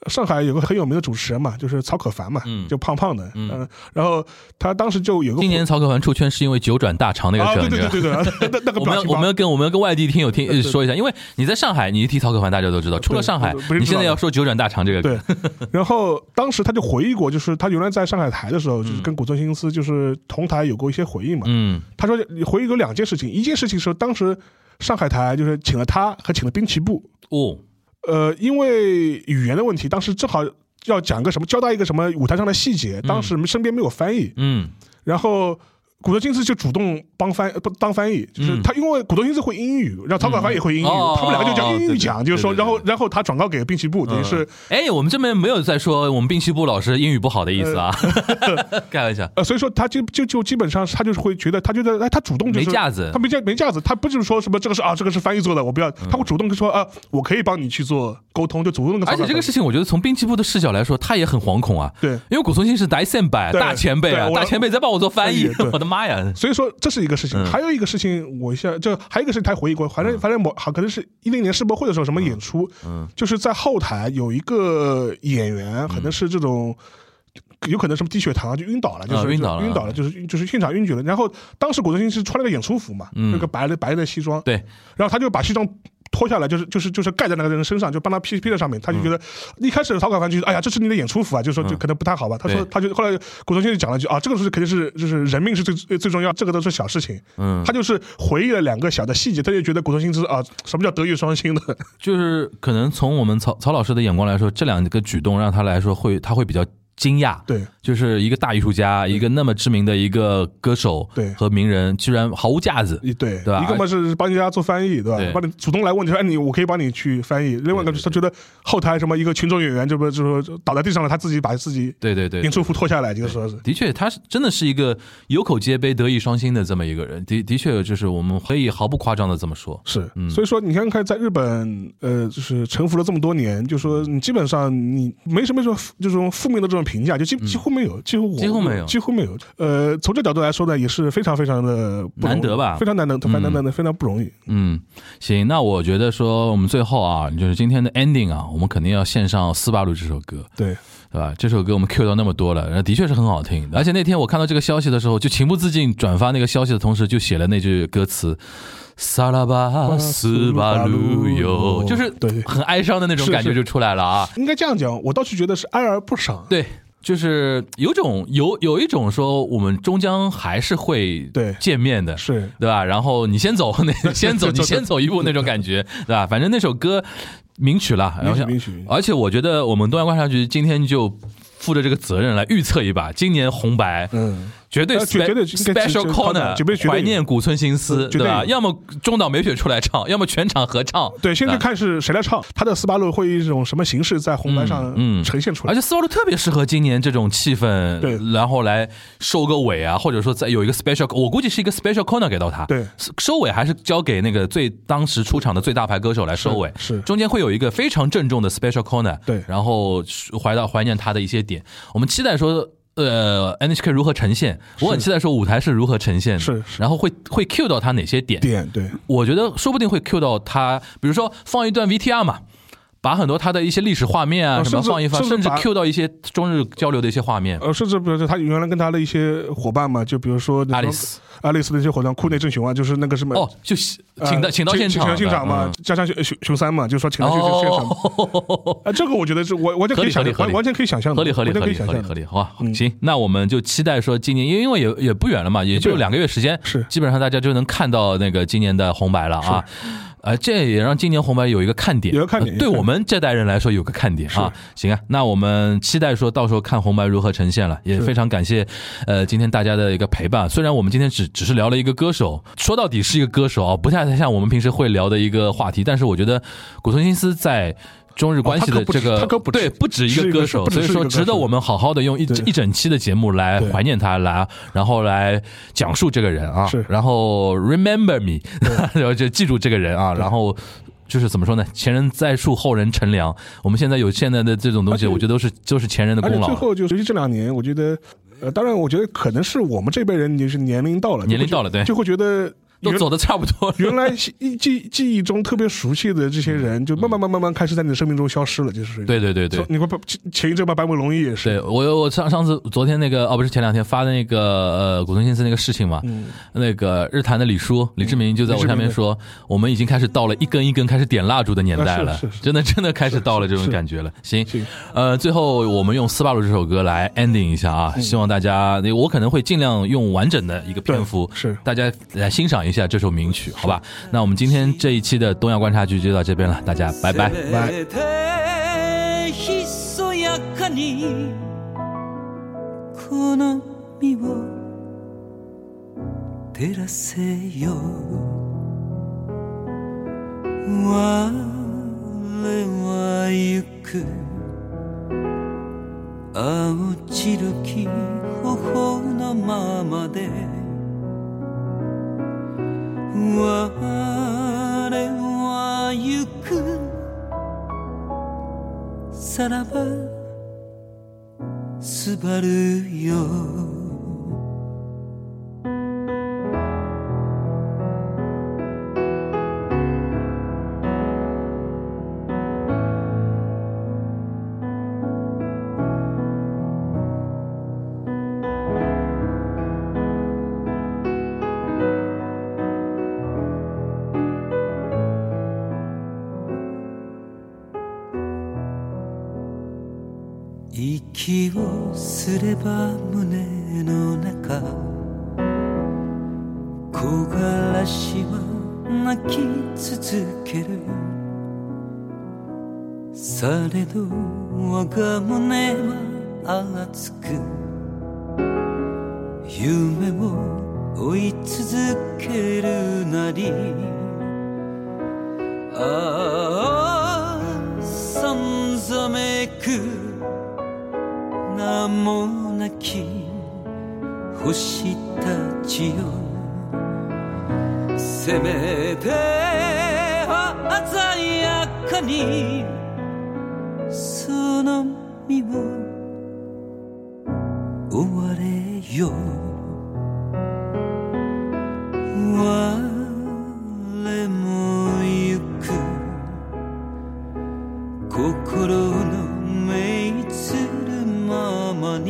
Speaker 4: 呃上海有个很有名的主持人嘛，就是曹可凡嘛，
Speaker 5: 嗯
Speaker 4: 就胖胖的，
Speaker 5: 嗯
Speaker 4: 呃然后他当时就有个
Speaker 5: 今年曹可凡出圈是因为九转大肠那个
Speaker 4: 啊，
Speaker 5: 梗，
Speaker 4: 对
Speaker 5: 你知
Speaker 4: 对
Speaker 5: 道
Speaker 4: 对
Speaker 5: 吧
Speaker 4: 对对，对那那个
Speaker 5: 我们
Speaker 4: 表
Speaker 5: 要
Speaker 4: 情
Speaker 5: 我
Speaker 4: 包
Speaker 5: 们要跟我们要跟外地听友听呃
Speaker 4: 对
Speaker 5: 说一下，因为你在上海，你一提曹可凡，大家都知道。除了上海
Speaker 4: 对不是不，是
Speaker 5: 你现在
Speaker 4: 知道
Speaker 5: 要说九转大肠这个梗，
Speaker 4: 对，然后当时他就回忆过，就是他原来在上海台的时候，就是跟古村新司就是同台有过一些回忆嘛。
Speaker 5: 嗯
Speaker 4: 他说回忆有两件事情，一件事情是当时上海台就是请了他和请了滨崎步，
Speaker 5: 哦，
Speaker 4: 呃，因为语言的问题，当时正好要讲个什么，交代一个什么舞台上的细节，当时身边没有翻译，
Speaker 5: 嗯
Speaker 4: 然后。古德金斯就主动帮翻不当翻译，就是
Speaker 5: 嗯
Speaker 4: 他，因为古德金斯会英语，然后曹可凡也会英语，
Speaker 5: 哦
Speaker 4: 他们两个就
Speaker 5: 哦
Speaker 4: 讲
Speaker 5: 哦
Speaker 4: 英
Speaker 5: 对
Speaker 4: 语
Speaker 5: 对
Speaker 4: 讲，就是说，
Speaker 5: 对对
Speaker 4: 然后
Speaker 5: 对
Speaker 4: 然后他转告给滨崎步，等于是
Speaker 5: 哎，我们这边没有在说我们滨崎步老师英语不好的意思啊， 开 玩笑。
Speaker 4: 呃，所以说他就就就基本上是他就是会觉得他觉得哎，他主动就是
Speaker 5: 没架子嗯
Speaker 4: 他没架没架子，他不就是说什么这个是啊，这个是翻译做的，我不要，他会主动说啊，我可以帮你去做沟通，就主动跟
Speaker 5: 而且这个事情，我觉得从滨崎步的视角来说，他也很惶恐啊。
Speaker 4: 对
Speaker 5: 因为古松信是大先辈，
Speaker 4: 对
Speaker 5: 大前辈啊，
Speaker 4: 对我
Speaker 5: 大前辈在帮我做翻译
Speaker 4: 翻译对，
Speaker 5: 我的妈呀！
Speaker 4: 所以说这是一个事情，
Speaker 5: 嗯
Speaker 4: 还有一个事情，我一下就还有一个事情，他回忆过，反正反正某好可能是一零年世博会的时候什么
Speaker 5: 嗯
Speaker 4: 演出，就是在后台有一个演员，可能是这种。有可能什么低血糖就晕倒了，就是
Speaker 5: 嗯啊晕倒了
Speaker 4: 晕倒了，就是就是现场晕厥了。然后当时古德星是穿了个演出服嘛，那个白的白的西装，
Speaker 5: 嗯对，
Speaker 4: 然后他就把西装脱下来就是就是就是盖在那个人身上，就帮他披披在上面，他就觉得、
Speaker 5: 嗯
Speaker 4: 一开始曹可凡就哎呀，这是你的演出服啊，就说就可能不太好吧。他说
Speaker 5: 对
Speaker 4: 他就后来古东先就讲了一句啊，这个是肯定是就是人命是最最最重要，这个都是小事情。
Speaker 5: 嗯
Speaker 4: 他就是回忆了两个小的细节，他就觉得古东新之啊，什么叫德艺双馨的？
Speaker 5: 就是可能从我们曹曹老师的眼光来说，这两个举动让他来说会他会比较惊讶，
Speaker 4: 对，
Speaker 5: 就是一个大艺术家，一个那么知名的一个歌手，
Speaker 4: 对
Speaker 5: 和名人，居然毫无架子，
Speaker 4: 一对，
Speaker 5: 对吧啊
Speaker 4: 一个嘛是帮人家做翻译，对吧
Speaker 5: 对？
Speaker 4: 帮你主动来问你说，哎，你我可以帮你去翻译。另外一个就是他觉得后台什么一个群众演员，这不就是倒在地上了，他自己把自己
Speaker 5: 对对对
Speaker 4: 演出服脱下来，这个说是。
Speaker 5: 的确，他是真的是一个有口皆碑、德艺双馨的这么一个人。的的确，就是我们可以毫不夸张的这么说。
Speaker 4: 是
Speaker 5: 嗯，
Speaker 4: 所以说你看看，在日本，呃，就是臣服了这么多年，就说
Speaker 5: 嗯
Speaker 4: 你基本上你没什么这种这种负面的这种评价，就几几乎没有，几乎我
Speaker 5: 嗯几乎没有
Speaker 4: 几乎没有。呃，从这角度来说呢，也是非常非常的不容易
Speaker 5: 难得吧
Speaker 4: 非常难得，非常难得，非常不容易。
Speaker 5: 嗯，行，那我觉得说我们最后啊，就是今天的 ending 啊，我们肯定要献上《斯巴鲁》这首歌，
Speaker 4: 对，
Speaker 5: 对吧？这首歌我们 Q 到那么多了，然后的确是很好听。而且那天我看到这个消息的时候，就情不自禁转发那个消息的同时，就写了那句歌词。萨拉巴斯巴鲁哟，就是
Speaker 4: 对
Speaker 5: 很哀伤的那种
Speaker 4: 是
Speaker 5: 感觉
Speaker 4: 是
Speaker 5: 就出来了啊。
Speaker 4: 应该这样讲，我倒是觉得是哀而不伤。
Speaker 5: 对，就是有种有有一种说，我们终将还是会
Speaker 4: 对
Speaker 5: 见面的，
Speaker 4: 是
Speaker 5: 对吧？然后你先走， 那先走，
Speaker 4: 对对
Speaker 5: 你先走一步那种感觉，对吧？反正那首歌名曲了，然
Speaker 4: 名
Speaker 5: 后
Speaker 4: 曲
Speaker 5: 像
Speaker 4: 名曲
Speaker 5: 而且我觉得我们东亚观察局今天就。负着这个责任来预测一把，今年红白，
Speaker 4: 嗯，
Speaker 5: 绝对
Speaker 4: 呃绝
Speaker 5: spe-
Speaker 4: 绝对应该绝绝
Speaker 5: special
Speaker 4: 对
Speaker 5: corner，
Speaker 4: 绝对绝对
Speaker 5: 怀念古村新司，
Speaker 4: 嗯绝对
Speaker 5: 对吧？
Speaker 4: 有
Speaker 5: 要么中岛美雪出来唱，要么全场合唱，
Speaker 4: 对，现在
Speaker 5: 吧
Speaker 4: 看是谁来唱，他的斯巴鲁会以一种什么形式在红白上
Speaker 5: 嗯嗯
Speaker 4: 呈现出来。
Speaker 5: 而且斯巴鲁特别适合今年这种气氛，
Speaker 4: 对
Speaker 5: 然后来收个尾啊，或者说再有一个 special，我估计是一个 special corner 给到他，
Speaker 4: 对，
Speaker 5: 收尾还是交给那个最当时出场的最大牌歌手来收尾，
Speaker 4: 是是
Speaker 5: 中间会有一个非常郑重的 special corner，
Speaker 4: 对
Speaker 5: 然后怀到怀念他的一些点，我们期待说。呃，NHK 如何呈现？我很期待说舞台是如何呈现的，
Speaker 4: 是是
Speaker 5: 然后会会 cue 到他哪些点？
Speaker 4: 点对，
Speaker 5: 我觉得说不定会 cue 到他，比如说放一段 VTR 嘛，把很多他的一些历史画面啊
Speaker 4: 啊
Speaker 5: 什
Speaker 4: 甚
Speaker 5: 么
Speaker 4: 至
Speaker 5: 放一放，
Speaker 4: 甚至
Speaker 5: 甚至
Speaker 4: 把
Speaker 5: cue 到一些中日交流的一些画面。
Speaker 4: 呃，甚至比如说他原来跟他的一些伙伴嘛，就比如说
Speaker 5: 爱
Speaker 4: 那
Speaker 5: 丽
Speaker 4: 种
Speaker 5: 丝，
Speaker 4: 爱丽丝的一些伙伴，库内正雄啊，就是那个什么
Speaker 5: 哦，就请
Speaker 4: 呃
Speaker 5: 到请到现
Speaker 4: 请
Speaker 5: 场的，
Speaker 4: 到现场嘛
Speaker 5: 嗯，
Speaker 4: 加上熊熊熊三嘛，就说请到现场现场。
Speaker 5: 哦，
Speaker 4: 啊，这个我觉得是我完全可以想
Speaker 5: 合
Speaker 4: 象，
Speaker 5: 理合理合理
Speaker 4: 完完全可以想象的，
Speaker 5: 合理合理
Speaker 4: 完全
Speaker 5: 合
Speaker 4: 可以
Speaker 5: 理
Speaker 4: 想
Speaker 5: 合理
Speaker 4: 象
Speaker 5: 合
Speaker 4: 的。
Speaker 5: 理，好吧，
Speaker 4: 嗯
Speaker 5: 行，那我们就期待说今年，因为因为也也不远了嘛，也就
Speaker 4: 对
Speaker 5: 两个月时间，
Speaker 4: 是
Speaker 5: 基本上大家就能看到那个今年的红白了啊。呃，这也让今年红白有一个看点，
Speaker 4: 有个看点
Speaker 5: 呃对
Speaker 4: 有个看点
Speaker 5: 我们这代人来说有个看点啊。行啊，那我们期待说到时候看红白如何呈现了，也非常感谢呃今天大家的一个陪伴。虽然我们今天只只是聊了一个歌手，说到底是一个歌手啊，不太像我们平时会聊的一个话题，但是我觉得古村新司在。中日关系
Speaker 4: 哦他可
Speaker 5: 的
Speaker 4: 不
Speaker 5: 这
Speaker 4: 止
Speaker 5: 个，
Speaker 4: 他可不止
Speaker 5: 对，不止一
Speaker 4: 是
Speaker 5: 个
Speaker 4: 一个
Speaker 5: 歌
Speaker 4: 是
Speaker 5: 手，
Speaker 4: 不止
Speaker 5: 所以
Speaker 4: 是一个
Speaker 5: 说
Speaker 4: 歌
Speaker 5: 值得
Speaker 4: 手
Speaker 5: 我们好好的用一
Speaker 4: 对
Speaker 5: 一整期的节目来
Speaker 4: 对
Speaker 5: 怀念他，来然后来讲述这个人啊，
Speaker 4: 是
Speaker 5: 然后 remember me，然后 就记住这个人啊，然后。就是怎么说呢？前人栽树，后人乘凉。我们现在有现在的这种东西，
Speaker 4: 而且
Speaker 5: 我觉得都是都是前人的
Speaker 4: 而
Speaker 5: 功
Speaker 4: 且
Speaker 5: 劳
Speaker 4: 最
Speaker 5: 了。
Speaker 4: 后就是，尤其这两年，我觉得，呃，当然，我觉得可能是我们这辈人就是年龄到了，
Speaker 5: 年龄
Speaker 4: 就会
Speaker 5: 到了对
Speaker 4: 就会觉得
Speaker 5: 都
Speaker 4: 原
Speaker 5: 走的差不多了。
Speaker 4: 原来记记记忆中特别熟悉的这些人，就慢慢慢慢慢开始在你的生命中消失了，就是
Speaker 5: 嗯对对对对
Speaker 4: 从，你会把前一阵吧，白尾龙一也是，
Speaker 5: 对我有我上上次昨天那个哦不是前两天发的那个呃古村新司那个事情嘛，
Speaker 4: 嗯
Speaker 5: 那个日坛的李叔李志明就在我下面说，我们已经开始到了一根一根开始点蜡烛的年代了
Speaker 4: 啊是是，是
Speaker 5: 真的真的开始到了这种
Speaker 4: 是
Speaker 5: 感觉了。行
Speaker 4: 行，
Speaker 5: 呃，最后我们用斯巴鲁这首歌来 ending 一下
Speaker 4: 嗯
Speaker 5: 啊，希望大家我可能会尽量用完整的一个篇幅
Speaker 4: 对是
Speaker 5: 大家来欣赏一下这首名曲，好吧？那我们今天这一期的东亚观察局就到这边了，大家拜拜。
Speaker 6: せめてひそやかにこの身を照らせよ我は行く青白き頬のままで我は行くさらばすばるよ息をすれば胸の中木枯らしは泣き続けるされど我が胸は熱く夢を追い続けるなりああさんざめく名もなき星たちよせめて鮮やかにその身を追われよ我も行く心の目いつるままに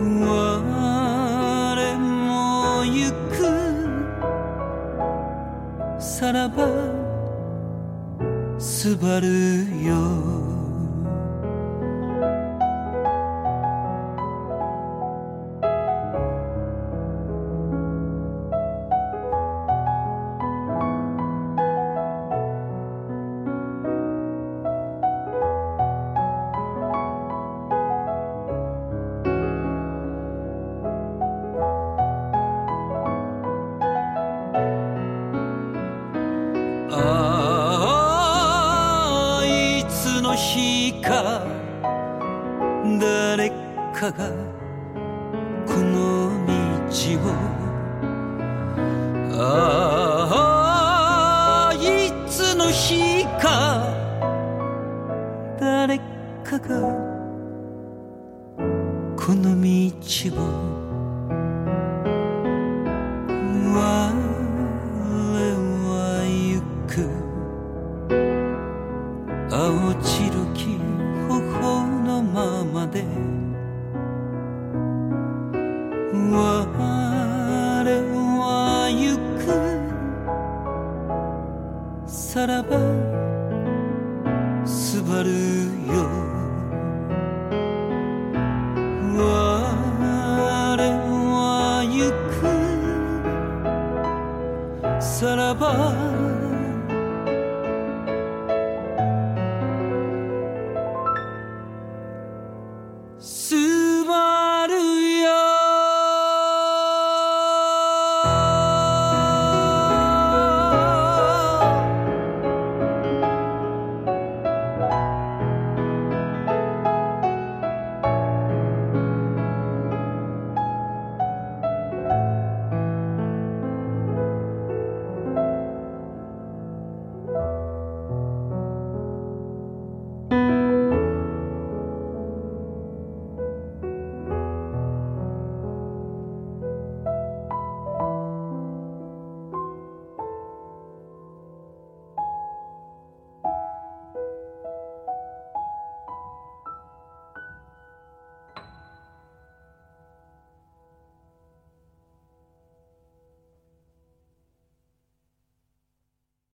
Speaker 6: 我も行くさらばすばるよああいつの日か誰かがこの道をああいつの日か誰かがこの道を